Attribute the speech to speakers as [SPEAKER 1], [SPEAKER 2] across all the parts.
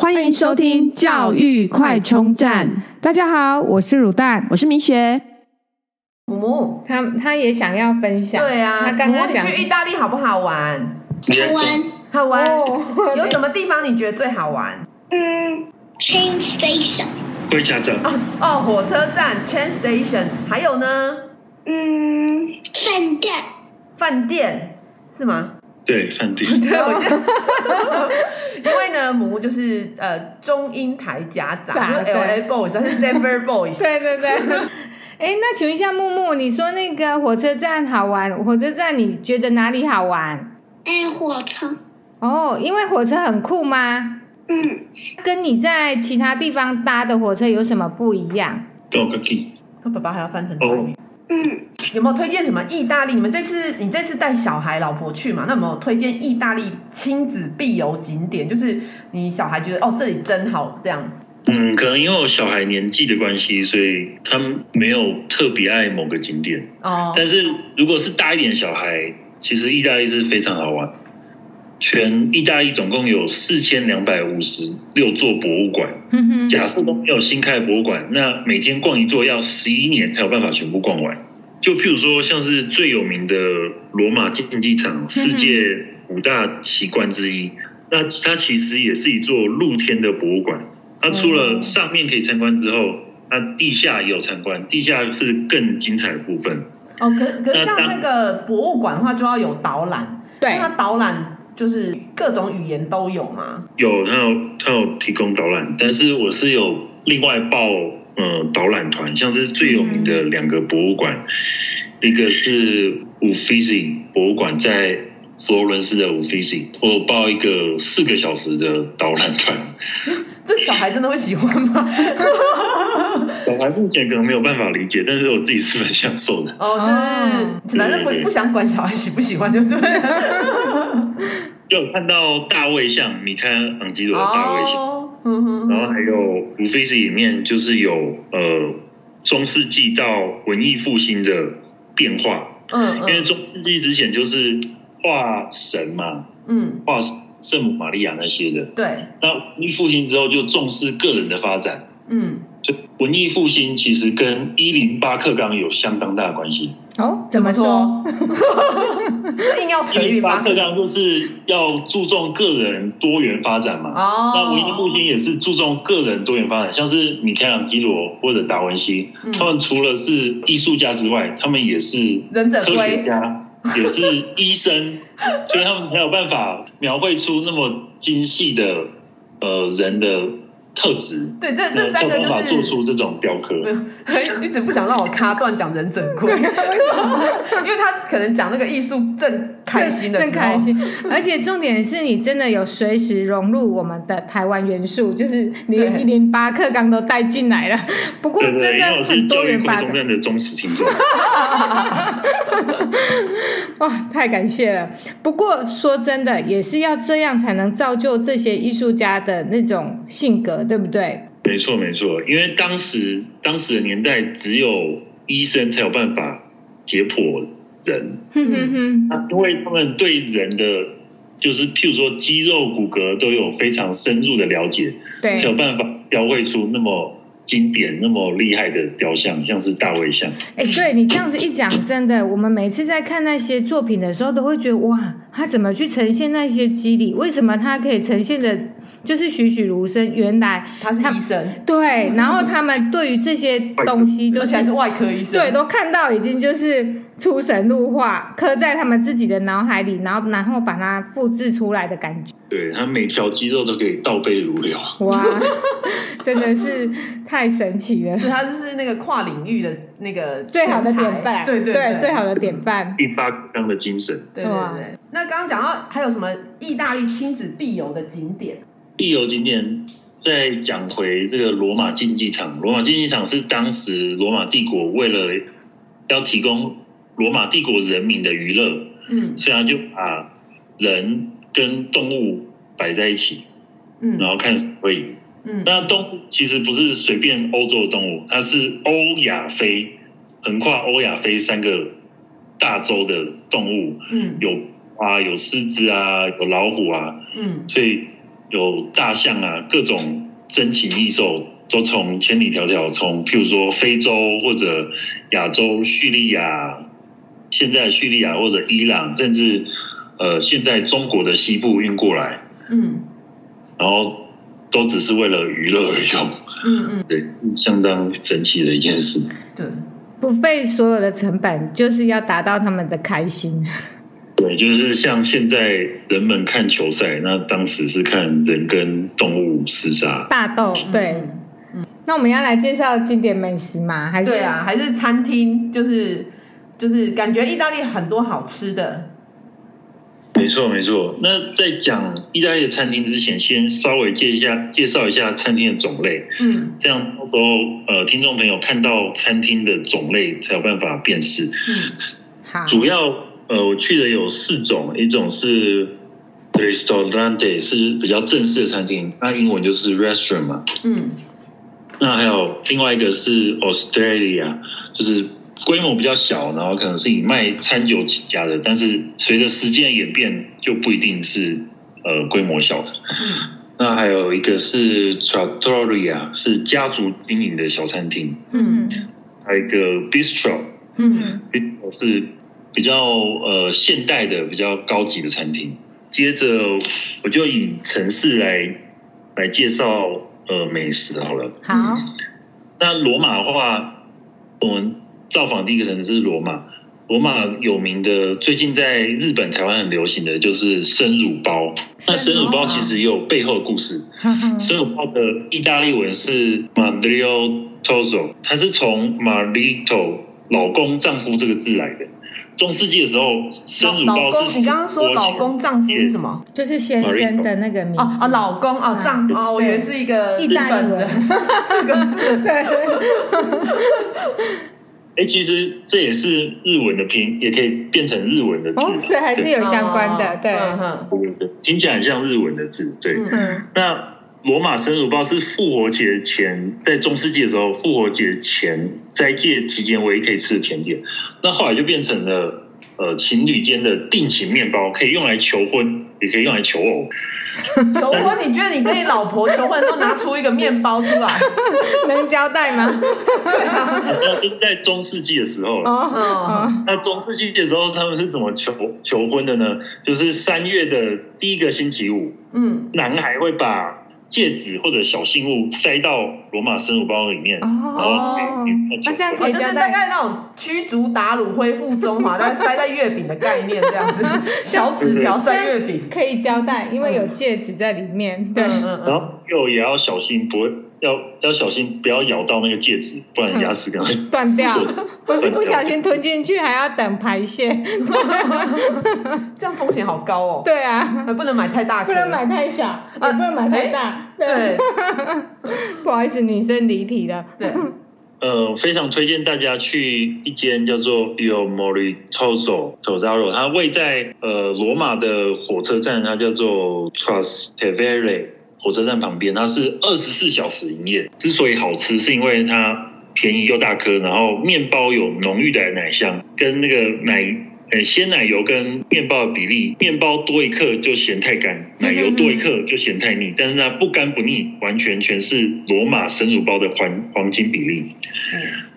[SPEAKER 1] 欢迎收听教育快充站，
[SPEAKER 2] 大家好，我是卤蛋。
[SPEAKER 1] 我是明学。母母，
[SPEAKER 2] 他他也想要分享，
[SPEAKER 1] 对啊，
[SPEAKER 2] 他刚
[SPEAKER 1] 母母
[SPEAKER 2] 刚
[SPEAKER 1] 你
[SPEAKER 2] 讲
[SPEAKER 1] 去意大利好不好玩？
[SPEAKER 3] 台湾，
[SPEAKER 1] 好玩。
[SPEAKER 2] 哦，
[SPEAKER 1] 有什么地方你觉得最好玩？
[SPEAKER 3] 嗯，train station，
[SPEAKER 4] 会家长
[SPEAKER 1] 哦哦，火车站 （train station），还有呢，
[SPEAKER 3] 嗯，饭店，
[SPEAKER 1] 饭店是 吗？
[SPEAKER 4] 对饭店
[SPEAKER 1] 对，我觉 得，因为呢，母母就是呃中英台夹杂，
[SPEAKER 2] 杂
[SPEAKER 1] 就是 L A
[SPEAKER 2] 对
[SPEAKER 1] Boys，但是 Denver Boys。
[SPEAKER 2] 对对对。 哎，那请问一下木木，你说那个火车站好玩，火车站你觉得哪里好玩？
[SPEAKER 3] 哎，火车，
[SPEAKER 2] 哦，因为火车很酷吗？
[SPEAKER 3] 嗯，
[SPEAKER 2] 跟你在其他地方搭的火车有什么不一样？
[SPEAKER 4] 跟我个 key
[SPEAKER 1] 那爸爸还要翻成台语。
[SPEAKER 3] 嗯，
[SPEAKER 1] 有没有推荐什么意大利？你们这次你这次带小孩、老婆去嘛？那有没有推荐意大利亲子必游景点？就是你小孩觉得哦，这里真好这样。
[SPEAKER 4] 嗯，可能因为我小孩年纪的关系，所以他们没有特别爱某个景点。
[SPEAKER 1] 哦，
[SPEAKER 4] 但是如果是大一点的小孩，其实意大利是非常好玩。全意大利总共有四千两百五十六座博物馆。
[SPEAKER 2] 哼嗯哼，
[SPEAKER 4] 假设都没有新开的博物馆，那每天逛一座要十一年才有办法全部逛完。就譬如说，像是最有名的罗马竞技场，世界五大奇观之一。那它其实也是一座露天的博物馆。它除了上面可以参观之后，它地下也有参观，地下是更精彩的部分。
[SPEAKER 1] 哦，可
[SPEAKER 4] 呃
[SPEAKER 1] 可是像那个博物馆的话，就要有导览，
[SPEAKER 2] 对
[SPEAKER 1] 那，导览就是各种语言都有嘛。
[SPEAKER 4] 有，他有他有提供导览，但是我是有另外报呃导览团，像是最有名的两个博物馆，一个是 Uffizi 博物馆在佛罗伦斯的 Uffizi，我有报一个四个小时的导览团，
[SPEAKER 1] 这小孩真的会喜欢 吗？
[SPEAKER 4] 小孩目前可能没有办法理解，但是我自己是蛮享受的。
[SPEAKER 1] 哦，
[SPEAKER 2] 哦
[SPEAKER 1] 对，反正不不想管小孩喜不喜欢，就对 了。
[SPEAKER 4] 就有看到大卫像，米开朗基罗的大卫像。
[SPEAKER 1] 哦，嗯哼
[SPEAKER 4] 然后
[SPEAKER 1] 哼，
[SPEAKER 4] 还有无非是里面就是有呃中世纪到文艺复兴的变化，
[SPEAKER 1] 嗯
[SPEAKER 4] 因为
[SPEAKER 1] 嗯
[SPEAKER 4] 中世纪之前就是画神嘛，
[SPEAKER 1] 嗯，
[SPEAKER 4] 画圣母玛利亚那些的。
[SPEAKER 1] 对，
[SPEAKER 4] 那文艺复兴之后就重视个人的发展，
[SPEAKER 1] 嗯，
[SPEAKER 4] 就文艺复兴其实跟一零八课纲有相当大的关系。
[SPEAKER 2] 哦，怎么说？
[SPEAKER 1] 硬要
[SPEAKER 4] 一
[SPEAKER 1] 扯
[SPEAKER 4] 零
[SPEAKER 1] 一
[SPEAKER 4] 八
[SPEAKER 1] 把。
[SPEAKER 4] 课纲就是要注重个人多元发展嘛。那文艺复
[SPEAKER 1] 哦，
[SPEAKER 4] 兴也是注重个人多元发展，像是米开朗基罗或者达文西，
[SPEAKER 1] 嗯
[SPEAKER 4] 他们除了是艺术家之外，他们也是
[SPEAKER 1] 忍者
[SPEAKER 4] 科学
[SPEAKER 1] 龟，
[SPEAKER 4] 家，也是医生，所以他们才有办法描绘出那么精细的呃人的特质，
[SPEAKER 1] 对，这
[SPEAKER 4] 那
[SPEAKER 1] 这
[SPEAKER 4] 才
[SPEAKER 1] 三
[SPEAKER 4] 有
[SPEAKER 1] 个
[SPEAKER 4] 办法
[SPEAKER 1] 就
[SPEAKER 4] 做
[SPEAKER 1] 是。
[SPEAKER 4] 出这种雕刻。
[SPEAKER 2] 嗯
[SPEAKER 1] 你 一直不想让我卡断讲忍者龟，因 为他可能讲那个艺术正开心的时
[SPEAKER 2] 正
[SPEAKER 1] 候，
[SPEAKER 2] 开心，而且重点是你真的有随时融入我们的台湾元素，就是连
[SPEAKER 1] 对
[SPEAKER 2] 一零八课纲都带进来了。不过
[SPEAKER 4] 对
[SPEAKER 2] 真
[SPEAKER 4] 对，因为我
[SPEAKER 2] 的
[SPEAKER 4] 是
[SPEAKER 2] 很多
[SPEAKER 4] 教育
[SPEAKER 2] 元
[SPEAKER 4] 快
[SPEAKER 2] 发
[SPEAKER 4] 充
[SPEAKER 2] 展，
[SPEAKER 4] 站的忠 实听众。
[SPEAKER 2] 哇，太感谢了。不过说真的，也是要这样才能造就这些艺术家的那种性格，对不对？
[SPEAKER 4] 没错没错，因为当时当时的年代只有医生才有办法解剖人。
[SPEAKER 2] 哼哼哼，
[SPEAKER 4] 那因为他们对人的，就是譬如说肌肉、骨骼都有非常深入的了解，
[SPEAKER 2] 对
[SPEAKER 4] 才有办法雕绘出那么经典、那么厉害的雕像，像是大卫像。
[SPEAKER 2] 哎、对你这样子一讲，真的，我们每次在看那些作品的时候，都会觉得哇，他怎么去呈现那些肌理？为什么他可以呈现的，就是栩栩如生？原来
[SPEAKER 1] 他是医生，
[SPEAKER 2] 对，然后他们对于这些东西就
[SPEAKER 1] 而
[SPEAKER 2] 是
[SPEAKER 1] 且还是外科医生，
[SPEAKER 2] 对都看到已经就是出神入化，刻在他们自己的脑海里，然后然后把它复制出来的感觉，
[SPEAKER 4] 对，他每条肌肉都可以倒背如流。
[SPEAKER 2] 哇，真的是太神奇了，
[SPEAKER 1] 是他就是那个跨领域的那个
[SPEAKER 2] 最好的
[SPEAKER 1] 天才
[SPEAKER 2] 典范，
[SPEAKER 1] 对
[SPEAKER 2] 对
[SPEAKER 1] 对，
[SPEAKER 2] 最好的典范。
[SPEAKER 4] 一八刚的精神，
[SPEAKER 1] 对对
[SPEAKER 2] 哇
[SPEAKER 1] 对。那刚刚讲到还有什么意大利亲子必游的景点？
[SPEAKER 4] 必游景点。再讲回这个罗马竞技场，罗马竞技场是当时罗马帝国为了要提供罗马帝国人民的娱乐，
[SPEAKER 1] 嗯
[SPEAKER 4] 所以他就把人跟动物摆在一起，
[SPEAKER 1] 嗯
[SPEAKER 4] 然后看谁会赢。
[SPEAKER 1] 嗯
[SPEAKER 4] 那动物其实不是随便欧洲的动物，它是欧亚非，横跨欧亚非三个大洲的动物，
[SPEAKER 1] 嗯
[SPEAKER 4] 有啊有狮子啊，有老虎啊，
[SPEAKER 1] 嗯
[SPEAKER 4] 所以有大象啊，各种珍禽异兽都从啊千里迢迢从，譬如说非洲或者亚洲、叙利亚，现在叙利亚或者伊朗，甚至呃现在中国的西部运过来，
[SPEAKER 1] 嗯
[SPEAKER 4] 然后都只是为了娱乐而用，
[SPEAKER 1] 嗯嗯，
[SPEAKER 4] 对，相当神奇的一件事。
[SPEAKER 1] 对，
[SPEAKER 2] 不费所有的成本，就是要达到他们的开心。
[SPEAKER 4] 对，就是像现在人们看球赛，那当时是看人跟动物厮杀。
[SPEAKER 2] 大豆对，
[SPEAKER 1] 嗯
[SPEAKER 2] 那我们要来介绍经典美食吗？还是
[SPEAKER 1] 对啊，还是餐厅，就是就是感觉意大利很多好吃的，
[SPEAKER 4] 没错，没错。那在讲意大利的餐厅之前，先稍微介一下介绍一下餐厅的种类，
[SPEAKER 1] 嗯
[SPEAKER 4] 这样到时候呃听众朋友看到餐厅的种类才有办法辨识。
[SPEAKER 1] 嗯
[SPEAKER 2] 好
[SPEAKER 4] 主要呃，我去的有四种，一种是 ristorante，是比较正式的餐厅，那英文就是 restaurant 嘛。
[SPEAKER 1] 嗯
[SPEAKER 4] 那还有另外一个是 Australia，就是规模比较小，然后可能是以卖餐酒起家的，但是随着时间的演变，就不一定是呃规模小的。
[SPEAKER 1] 嗯
[SPEAKER 4] 那还有一个是 Trattoria，是家族经营的小餐厅，
[SPEAKER 1] 嗯
[SPEAKER 4] 还有一个 Bistro，
[SPEAKER 1] 嗯
[SPEAKER 4] 是比较呃现代的、比较高级的餐厅。接着我就以城市来来介绍呃美食好了。
[SPEAKER 2] 好，
[SPEAKER 4] 那罗马的话，我们造访第一个城市是罗马。罗马有名的，最近在日本、台湾很流行的就是生乳包。那生乳包其实也有背后的故事。
[SPEAKER 2] 哈哈
[SPEAKER 4] 生乳包的意大利文是 Madrio Toso，它是从 Marito 老公、丈夫这个字来的。中世纪的时候，生乳
[SPEAKER 1] 老老
[SPEAKER 4] 包
[SPEAKER 1] 公，
[SPEAKER 4] 是
[SPEAKER 1] 你刚刚说
[SPEAKER 4] 国
[SPEAKER 1] 老公丈夫是什么？
[SPEAKER 2] 就是先生的那个名字
[SPEAKER 1] 哦哦，老公哦
[SPEAKER 2] 啊
[SPEAKER 1] 丈夫哦，我以为是一个
[SPEAKER 2] 意
[SPEAKER 1] 日
[SPEAKER 2] 大利
[SPEAKER 1] 本
[SPEAKER 2] 文
[SPEAKER 1] 人， 四个字，
[SPEAKER 2] 对，
[SPEAKER 4] 哎、其实这也是日文的拼，也可以变成日文的字。啊
[SPEAKER 2] 哦，所以还是 有相关的，
[SPEAKER 1] 哦
[SPEAKER 2] 对，
[SPEAKER 1] 嗯哼
[SPEAKER 4] 对对对，听起来很像日文的字。对，
[SPEAKER 1] 嗯
[SPEAKER 2] 嗯
[SPEAKER 4] 那罗马生乳包是复活节前，在中世纪的时候，复活节前斋戒期间唯一可以吃的甜点。那后来就变成了呃情侣间的定情面包，可以用来求婚，也可以用来求偶。
[SPEAKER 1] 求婚，你觉得你跟你老婆求婚的时候拿出一个面包出来？
[SPEAKER 2] 能交代吗？
[SPEAKER 4] 那就是在中世纪的时候了。
[SPEAKER 2] 哦哦，
[SPEAKER 4] 那中世纪的时候，他们是怎么求求婚的呢？就是三月的第一个星期五，
[SPEAKER 1] 嗯
[SPEAKER 4] 男孩会把戒指或者小信物塞到罗马生乳包里面，
[SPEAKER 2] 哦
[SPEAKER 4] 哦嗯
[SPEAKER 2] 那这样可
[SPEAKER 1] 哦，
[SPEAKER 2] 以
[SPEAKER 1] 就
[SPEAKER 2] 交
[SPEAKER 1] 是大
[SPEAKER 2] 代，
[SPEAKER 1] 概那种驱逐鞑虏、恢复中华，大概塞在月饼的概念 这样子，小纸条塞月饼。
[SPEAKER 2] 可以交代，因为有戒指在里面，对，
[SPEAKER 1] 嗯嗯
[SPEAKER 4] 然
[SPEAKER 1] 嗯，
[SPEAKER 4] 后又也要小心，不会要要小心，不要咬到那个戒指，不然牙齿可能会。
[SPEAKER 2] 断 掉
[SPEAKER 4] 是，
[SPEAKER 2] 不是不小心吞进去，还要等排泄，
[SPEAKER 1] 这样风险好高哦，
[SPEAKER 2] 对啊，
[SPEAKER 1] 还不能买太大
[SPEAKER 2] 不
[SPEAKER 1] 颗，
[SPEAKER 2] 能买太小，也不能买太大，对
[SPEAKER 1] 对，
[SPEAKER 2] 不好意思，女生离题了，
[SPEAKER 1] 对，
[SPEAKER 4] 呃，非常推荐大家去一间叫做 Il Moritoso Tozaro，它位在呃罗马的火车站，它叫做 Trastevere 火车站旁边，它是二十四小时营业。之所以好吃，是因为它便宜又大颗，然后面包有浓郁的奶香，跟那个奶。呃，鲜奶油跟面包的比例，面包多一克就嫌太干，奶油多一克就嫌太腻，但是它不干不腻，完全全是罗马生乳包的黄黄金比例。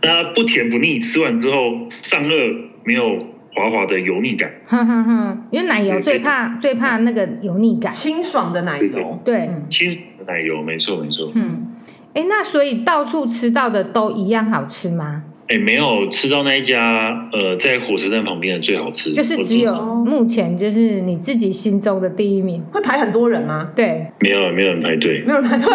[SPEAKER 4] 那不甜不腻，吃完之后上颚没有滑滑的油腻感。
[SPEAKER 2] 哼哼哼，因为奶油最怕最怕那个油腻感，
[SPEAKER 1] 清爽的奶油。
[SPEAKER 2] 对，
[SPEAKER 1] 嗯，
[SPEAKER 4] 清爽的奶油，没错没错。
[SPEAKER 2] 嗯，哎，那所以到处吃到的都一样好吃吗？
[SPEAKER 4] 哎、没有吃到那一家，呃，在火车站旁边的最好吃，
[SPEAKER 2] 就是只
[SPEAKER 4] 我
[SPEAKER 2] 有
[SPEAKER 4] 知
[SPEAKER 2] 目前就是你自己心中的第一名，
[SPEAKER 1] 会排很多人吗？
[SPEAKER 2] 对，
[SPEAKER 4] 没有没有人排队，
[SPEAKER 1] 没有人排队，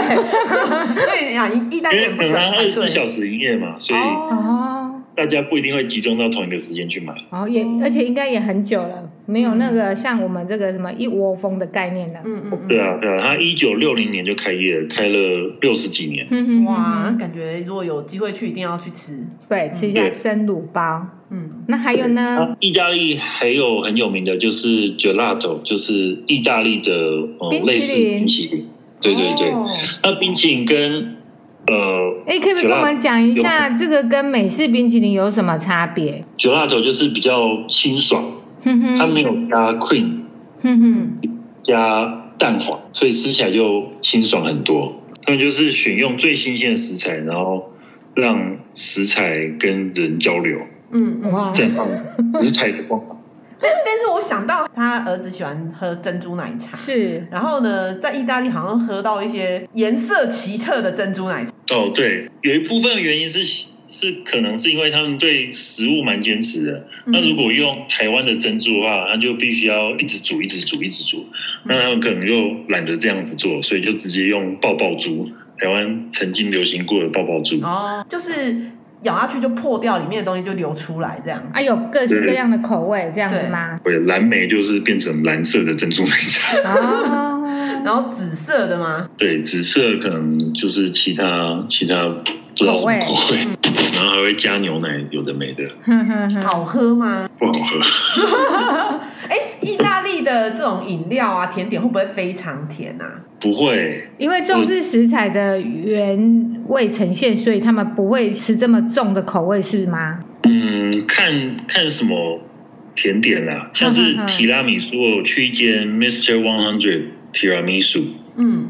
[SPEAKER 1] 对呀，意大利
[SPEAKER 4] 因为
[SPEAKER 1] 人不
[SPEAKER 4] 可
[SPEAKER 1] 喜
[SPEAKER 4] 能
[SPEAKER 1] 欢
[SPEAKER 4] 它
[SPEAKER 1] 排
[SPEAKER 4] 二十四小
[SPEAKER 1] 队。
[SPEAKER 4] 时营业嘛，所以
[SPEAKER 1] 哦，
[SPEAKER 2] 哦，
[SPEAKER 4] 大家不一定会集中到同一个时间去买。
[SPEAKER 2] 哦也而且应该也很久了，没有那个像我们这个什么一窝蜂的概念了，
[SPEAKER 1] 嗯嗯
[SPEAKER 4] 对啊对啊，它一九六零年就开业了，开了六十几年。
[SPEAKER 2] 哼哼
[SPEAKER 1] 嗯，哇，
[SPEAKER 2] 哼哼
[SPEAKER 1] 感觉如果有机会去，一定要去吃。
[SPEAKER 2] 对，吃一下
[SPEAKER 4] 嗯对啊
[SPEAKER 2] 生乳包，
[SPEAKER 1] 嗯
[SPEAKER 2] 那还有呢？
[SPEAKER 4] 那意大利还有很有名的就是 gelato，就是意大利的呃
[SPEAKER 2] 冰淇淋
[SPEAKER 4] 类似冰淇淋。对对对，
[SPEAKER 1] 哦
[SPEAKER 4] 那冰淇淋跟呃
[SPEAKER 2] 哎，可不可以跟我们讲一下这个跟美式冰淇淋有什么差别？
[SPEAKER 4] gelato 就是比较清爽，
[SPEAKER 2] 哼
[SPEAKER 4] 它
[SPEAKER 2] 哼，
[SPEAKER 4] 没有加 cream
[SPEAKER 2] 哼哼，
[SPEAKER 4] 加蛋黄，所以吃起来就清爽很多。他们就是选用最新鲜的食材，然后让食材跟人交流，
[SPEAKER 1] 嗯，嗯
[SPEAKER 2] 哇，
[SPEAKER 4] 绽放食材的光芒。
[SPEAKER 1] 但但是我想到他儿子喜欢喝珍珠奶茶，
[SPEAKER 2] 是
[SPEAKER 1] 然后呢，在意大利好像喝到一些颜色奇特的珍珠奶茶，
[SPEAKER 4] 哦，对，有一部分原因是是可能是因为他们对食物蛮坚持的。那如果用台湾的珍珠的话，那就必须要一直煮、一直煮、一直煮。那他们可能就懒得这样子做，所以就直接用爆爆珠，台湾曾经流行过的爆爆珠。
[SPEAKER 1] 哦，就是咬下去就破掉，里面的东西就流出来这样。
[SPEAKER 2] 啊，有各式各样的口味这样子吗？
[SPEAKER 4] 对，蓝莓就是变成蓝色的珍珠奶 茶，
[SPEAKER 2] 哦，
[SPEAKER 1] 然后紫色的吗？
[SPEAKER 4] 对，紫色可能就是其他其他不知道什么口味，嗯然后还会加牛奶，有的没的，
[SPEAKER 2] 哼哼哼
[SPEAKER 1] 好喝吗？
[SPEAKER 4] 不好喝。
[SPEAKER 1] 哎、意大利的这种饮料啊，甜点会不会非常甜啊？
[SPEAKER 4] 不会，
[SPEAKER 2] 因为重视食材的原味呈现，所以他们不会吃这么重的口味，是吗？
[SPEAKER 4] 嗯，看看什么甜点啦，像是提拉米苏，我去一间 Mr. One Hundred 提拉米苏，
[SPEAKER 1] 嗯，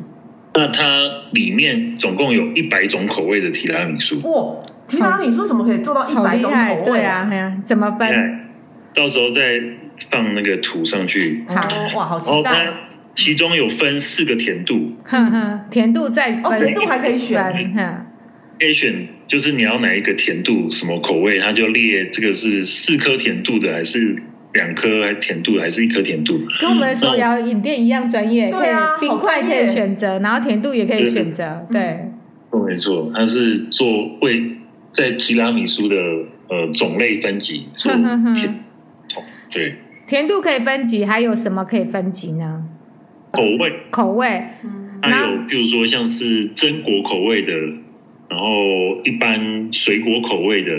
[SPEAKER 4] 那它里面总共有一百种口味的提拉米苏，
[SPEAKER 1] 哇，提拉米苏怎么可以做到一
[SPEAKER 2] 好
[SPEAKER 1] 百
[SPEAKER 2] 厉
[SPEAKER 1] 种
[SPEAKER 2] 害，
[SPEAKER 1] 口
[SPEAKER 2] 对
[SPEAKER 1] 味
[SPEAKER 2] 啊，哎呀，怎么
[SPEAKER 4] 厉
[SPEAKER 2] 分？
[SPEAKER 4] 害到时候再放那个图上去，
[SPEAKER 1] 哦
[SPEAKER 2] 好
[SPEAKER 1] 哇，好
[SPEAKER 4] 然后
[SPEAKER 1] 期待
[SPEAKER 4] 它其中有分四个甜度
[SPEAKER 2] 哼哼，甜度再
[SPEAKER 1] 哦！甜
[SPEAKER 2] 分
[SPEAKER 1] 度还可以选，
[SPEAKER 2] 分，哼，
[SPEAKER 4] ，A 选就是你要哪一个甜度什么口味，它就列这个是四颗甜度的，还是两颗还甜度的，还是一颗甜度？
[SPEAKER 2] 跟我们的
[SPEAKER 4] 嗯
[SPEAKER 2] 手摇饮店一样专业，可
[SPEAKER 1] 对
[SPEAKER 2] 以
[SPEAKER 1] 啊
[SPEAKER 2] 冰块
[SPEAKER 1] 好
[SPEAKER 2] 可
[SPEAKER 1] 专业
[SPEAKER 2] 以选择，然后甜度也可以选择，
[SPEAKER 1] 嗯
[SPEAKER 2] 对，
[SPEAKER 4] 哦，没错，它是做为在提拉米苏的呃种类分级做甜筒，对
[SPEAKER 2] 甜度可以分级，还有什么可以分级呢？
[SPEAKER 4] 口味，
[SPEAKER 2] 口味，
[SPEAKER 1] 嗯
[SPEAKER 4] 它有
[SPEAKER 2] 那
[SPEAKER 4] 譬如说像是榛果口味的，然后一般水果口味的，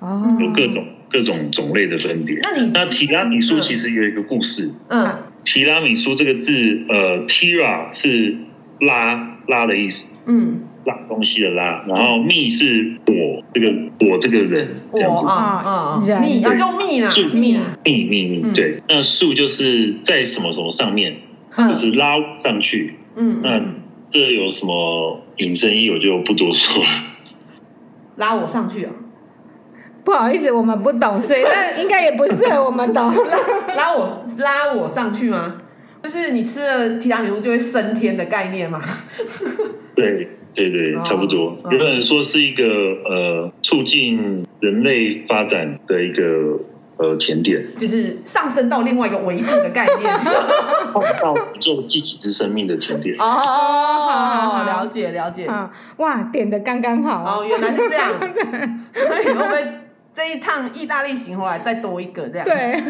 [SPEAKER 2] 哦，
[SPEAKER 4] 有各种各种种类的分别。
[SPEAKER 1] 那你
[SPEAKER 4] 那提拉米苏其实有一个故事。
[SPEAKER 1] 嗯
[SPEAKER 4] 提拉米苏这个字，呃，tira 是拉拉的意思，
[SPEAKER 1] 嗯，
[SPEAKER 4] 拉东西的拉，然后蜜是我这个我这个人这样子
[SPEAKER 1] 我，啊啊，
[SPEAKER 2] 人
[SPEAKER 1] 蜜啊就蜜啦
[SPEAKER 4] 是，
[SPEAKER 1] 蜜
[SPEAKER 4] 蜜蜜蜜
[SPEAKER 1] 嗯，
[SPEAKER 4] 对。那树就是在什么什么上面，
[SPEAKER 1] 嗯
[SPEAKER 4] 就是拉上去。
[SPEAKER 1] 嗯
[SPEAKER 4] 那
[SPEAKER 1] 嗯，
[SPEAKER 4] 这有什么引申义，我就不多说了。
[SPEAKER 1] 拉我上去啊，
[SPEAKER 2] 不好意思，我们不懂，所以那应该也不适合我们 懂。
[SPEAKER 1] 拉我拉我上去吗？就是你吃了提拉米苏就会升天的概念嘛？
[SPEAKER 4] 对对对
[SPEAKER 1] 哦，
[SPEAKER 4] 差不多
[SPEAKER 1] 哦。
[SPEAKER 4] 原本说是一个呃促进人类发展的一个呃甜点，
[SPEAKER 1] 就是上升到另外一个维度的概念。
[SPEAKER 4] 创造宇宙自己之生命的甜点。
[SPEAKER 1] 哦，
[SPEAKER 2] 好好
[SPEAKER 1] 了解了解。
[SPEAKER 2] 啊，哇，点的刚刚好啊
[SPEAKER 1] 哦，原来是这样， 所以会不会这一趟意大利行回来再多一个这样？，
[SPEAKER 2] 对，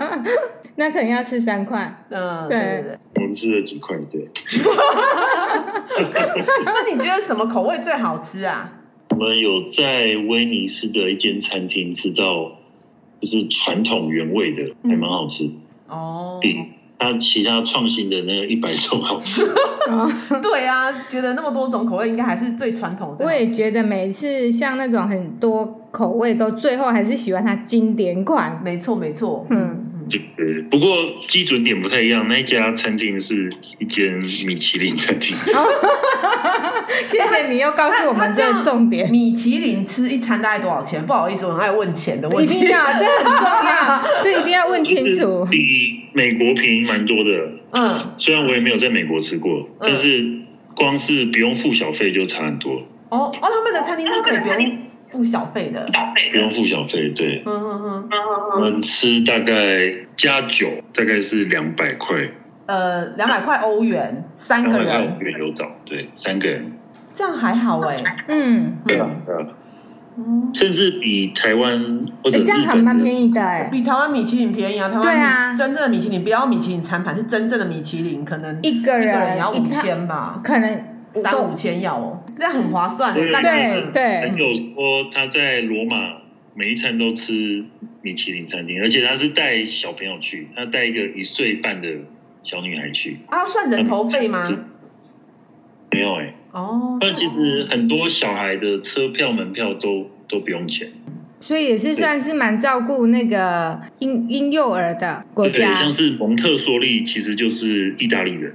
[SPEAKER 2] 那可能要吃三块。
[SPEAKER 1] 嗯，对对对。
[SPEAKER 4] 我们吃了几块，对。
[SPEAKER 1] 那你觉得什么口味最好吃啊？
[SPEAKER 4] 我们有在威尼斯的一间餐厅吃到，就是传统原味的，还
[SPEAKER 1] 嗯
[SPEAKER 4] 蛮好吃。
[SPEAKER 1] 哦，
[SPEAKER 4] 比它其他创新的那个一百种好吃。
[SPEAKER 2] 哦
[SPEAKER 1] 对啊，觉得那么多种口味，应该还是最传统的。
[SPEAKER 2] 我也觉得每次像那种很多口味都最后还是喜欢它经典款。
[SPEAKER 1] 没错没错，
[SPEAKER 2] 嗯
[SPEAKER 1] 嗯
[SPEAKER 4] 对对，不过基准点不太一样。那一家餐厅是一间米其林餐厅，
[SPEAKER 2] 哦 谢谢你又告诉我们这个重点，
[SPEAKER 1] 米其林吃一餐大概多少钱？不好意思，我很爱问钱的问
[SPEAKER 2] 一
[SPEAKER 1] 题。
[SPEAKER 2] 定要，这很重要，这一定要问清楚
[SPEAKER 4] 就是。比美国便宜蛮多的。
[SPEAKER 1] 嗯，
[SPEAKER 4] 虽然我也没有在美国吃过，但是光是不用付小费就差很多，
[SPEAKER 1] 哦哦，他们的餐厅是可以不用付小费的。
[SPEAKER 4] 不用付小费。对，
[SPEAKER 1] 嗯嗯嗯，
[SPEAKER 4] 我们吃大概加酒大概是两百块。
[SPEAKER 1] 呃，两百块欧元三
[SPEAKER 4] 两
[SPEAKER 1] 个
[SPEAKER 4] 百块五
[SPEAKER 1] 人，
[SPEAKER 4] 个有找，对，三个人，
[SPEAKER 1] 这样还好哎、欸。
[SPEAKER 2] 嗯，
[SPEAKER 4] 对啊，对啊，
[SPEAKER 1] 嗯，
[SPEAKER 4] 甚至比台湾或者
[SPEAKER 2] 诶欸
[SPEAKER 4] 日
[SPEAKER 2] 哎这样还
[SPEAKER 4] 本
[SPEAKER 2] 蛮
[SPEAKER 4] 的
[SPEAKER 2] 便宜的哎，
[SPEAKER 1] 比台湾米其林便宜啊！台湾米
[SPEAKER 2] 对啊
[SPEAKER 1] 真正的米其林不要米其林餐盘，是真正的米其林，可能
[SPEAKER 2] 一个
[SPEAKER 1] 一
[SPEAKER 2] 人
[SPEAKER 1] 也要
[SPEAKER 2] 一
[SPEAKER 1] 五
[SPEAKER 2] 趟
[SPEAKER 1] 千吧，
[SPEAKER 2] 可能
[SPEAKER 1] 三五嗯千要哦，这样很划算的。
[SPEAKER 4] 对
[SPEAKER 1] 大概
[SPEAKER 2] 对对
[SPEAKER 4] 朋，友说他在罗马每一餐都吃米其林餐厅，而且他是带小朋友去，他带一个一岁半的小女孩去，
[SPEAKER 1] 啊，算人头费吗？
[SPEAKER 4] 是没有哎、欸，
[SPEAKER 1] 哦，
[SPEAKER 4] 那其实很多小孩的车票、门票都都不用钱，
[SPEAKER 2] 所以也是算是蛮照顾那个婴婴幼儿的国
[SPEAKER 4] 对，
[SPEAKER 2] 家
[SPEAKER 4] 像是蒙特梭利其实就是意大利人，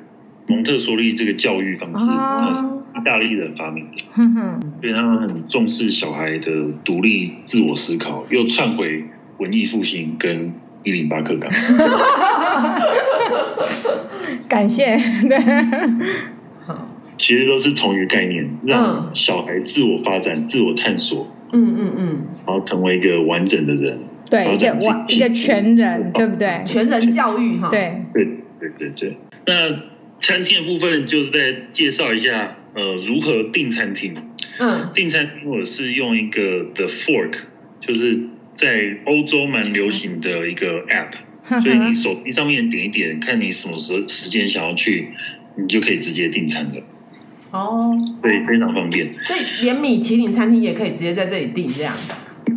[SPEAKER 4] 蒙特梭利这个教育方式，它是
[SPEAKER 2] 哦，
[SPEAKER 4] 意大利人发明的，
[SPEAKER 2] 哼哼，
[SPEAKER 4] 所以他们很重视小孩的独立自我思考，又串回文艺复兴跟一零八课纲。
[SPEAKER 2] 感谢，对，
[SPEAKER 4] 其实都是同一个概念，让小孩自我发展、自我探索，
[SPEAKER 1] 嗯嗯嗯，
[SPEAKER 4] 然后成为一个完整的人。
[SPEAKER 2] 对，一个完一个全人，对不对？
[SPEAKER 1] 全人教育哈，，
[SPEAKER 2] 对，
[SPEAKER 4] 对对对对。那餐厅的部分，就是再介绍一下，呃，如何订餐厅。
[SPEAKER 1] 嗯
[SPEAKER 4] 订餐厅我是用一个 The Fork，就是在欧洲蛮流行的一个 App，
[SPEAKER 2] 哼
[SPEAKER 4] 所以你
[SPEAKER 2] 哼，
[SPEAKER 4] 手机上面点一点，看你什么时候时间想要去，你就可以直接订餐了。
[SPEAKER 1] 哦，
[SPEAKER 4] 对，非常方便。
[SPEAKER 1] 所以连米其林餐厅也可以直接在这里订这样，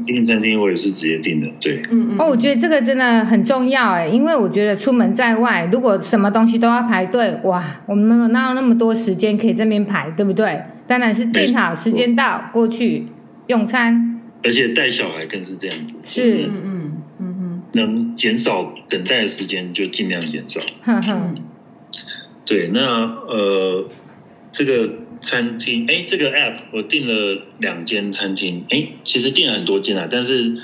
[SPEAKER 4] 订餐厅我也是直接订的，对。
[SPEAKER 1] 嗯嗯，
[SPEAKER 2] 哦，我觉得这个真的很重要哎，因为我觉得出门在外，如果什么东西都要排队，哇，我们哪有那么多时间可以这边排，对不对？当然是定好时间到过去用餐，
[SPEAKER 4] 而且带小孩更是这样子，
[SPEAKER 2] 是
[SPEAKER 4] 就是
[SPEAKER 1] 嗯嗯嗯
[SPEAKER 4] 能减少等待的时间就尽量减少。
[SPEAKER 2] 哼
[SPEAKER 1] 嗯
[SPEAKER 2] 哼，
[SPEAKER 1] 嗯，
[SPEAKER 4] 对，那呃，这个餐厅，哎，这个 app 我订了两间餐厅，哎，其实订了很多间啊，但是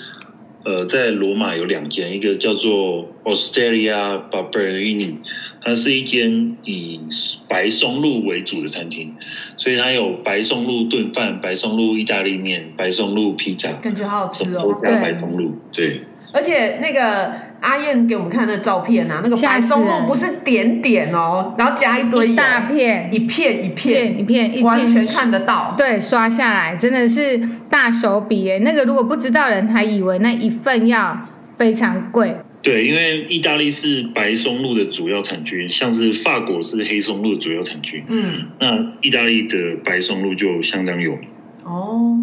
[SPEAKER 4] 呃，在罗马有两间，一个叫做 Osteria Barberini，它是一间以白松露为主的餐厅，所以它有白松露炖饭、白松露意大利面、白松露披萨，
[SPEAKER 1] 感觉好好
[SPEAKER 4] 什
[SPEAKER 1] 吃
[SPEAKER 4] 么
[SPEAKER 1] 哦
[SPEAKER 4] 都。加
[SPEAKER 2] 对
[SPEAKER 4] 白松露，对。
[SPEAKER 1] 而且那个阿燕给我们看的照片啊，那个
[SPEAKER 2] 吓
[SPEAKER 1] 白松
[SPEAKER 2] 死
[SPEAKER 1] 露
[SPEAKER 2] 人
[SPEAKER 1] 不是点点哦，然后加一堆
[SPEAKER 2] 一
[SPEAKER 1] 油
[SPEAKER 2] 大片，
[SPEAKER 1] 一片一
[SPEAKER 2] 片
[SPEAKER 1] 片，
[SPEAKER 2] 一片一片，
[SPEAKER 1] 完全看得到。
[SPEAKER 2] 对，刷下来真的是大手笔耶！那个如果不知道的人还以为那一份要非常贵，
[SPEAKER 4] 对，因为意大利是白松露的主要产区，像是法国是黑松露的主要产区。
[SPEAKER 1] 嗯，
[SPEAKER 4] 那意大利的白松露就相当有名，
[SPEAKER 1] 哦，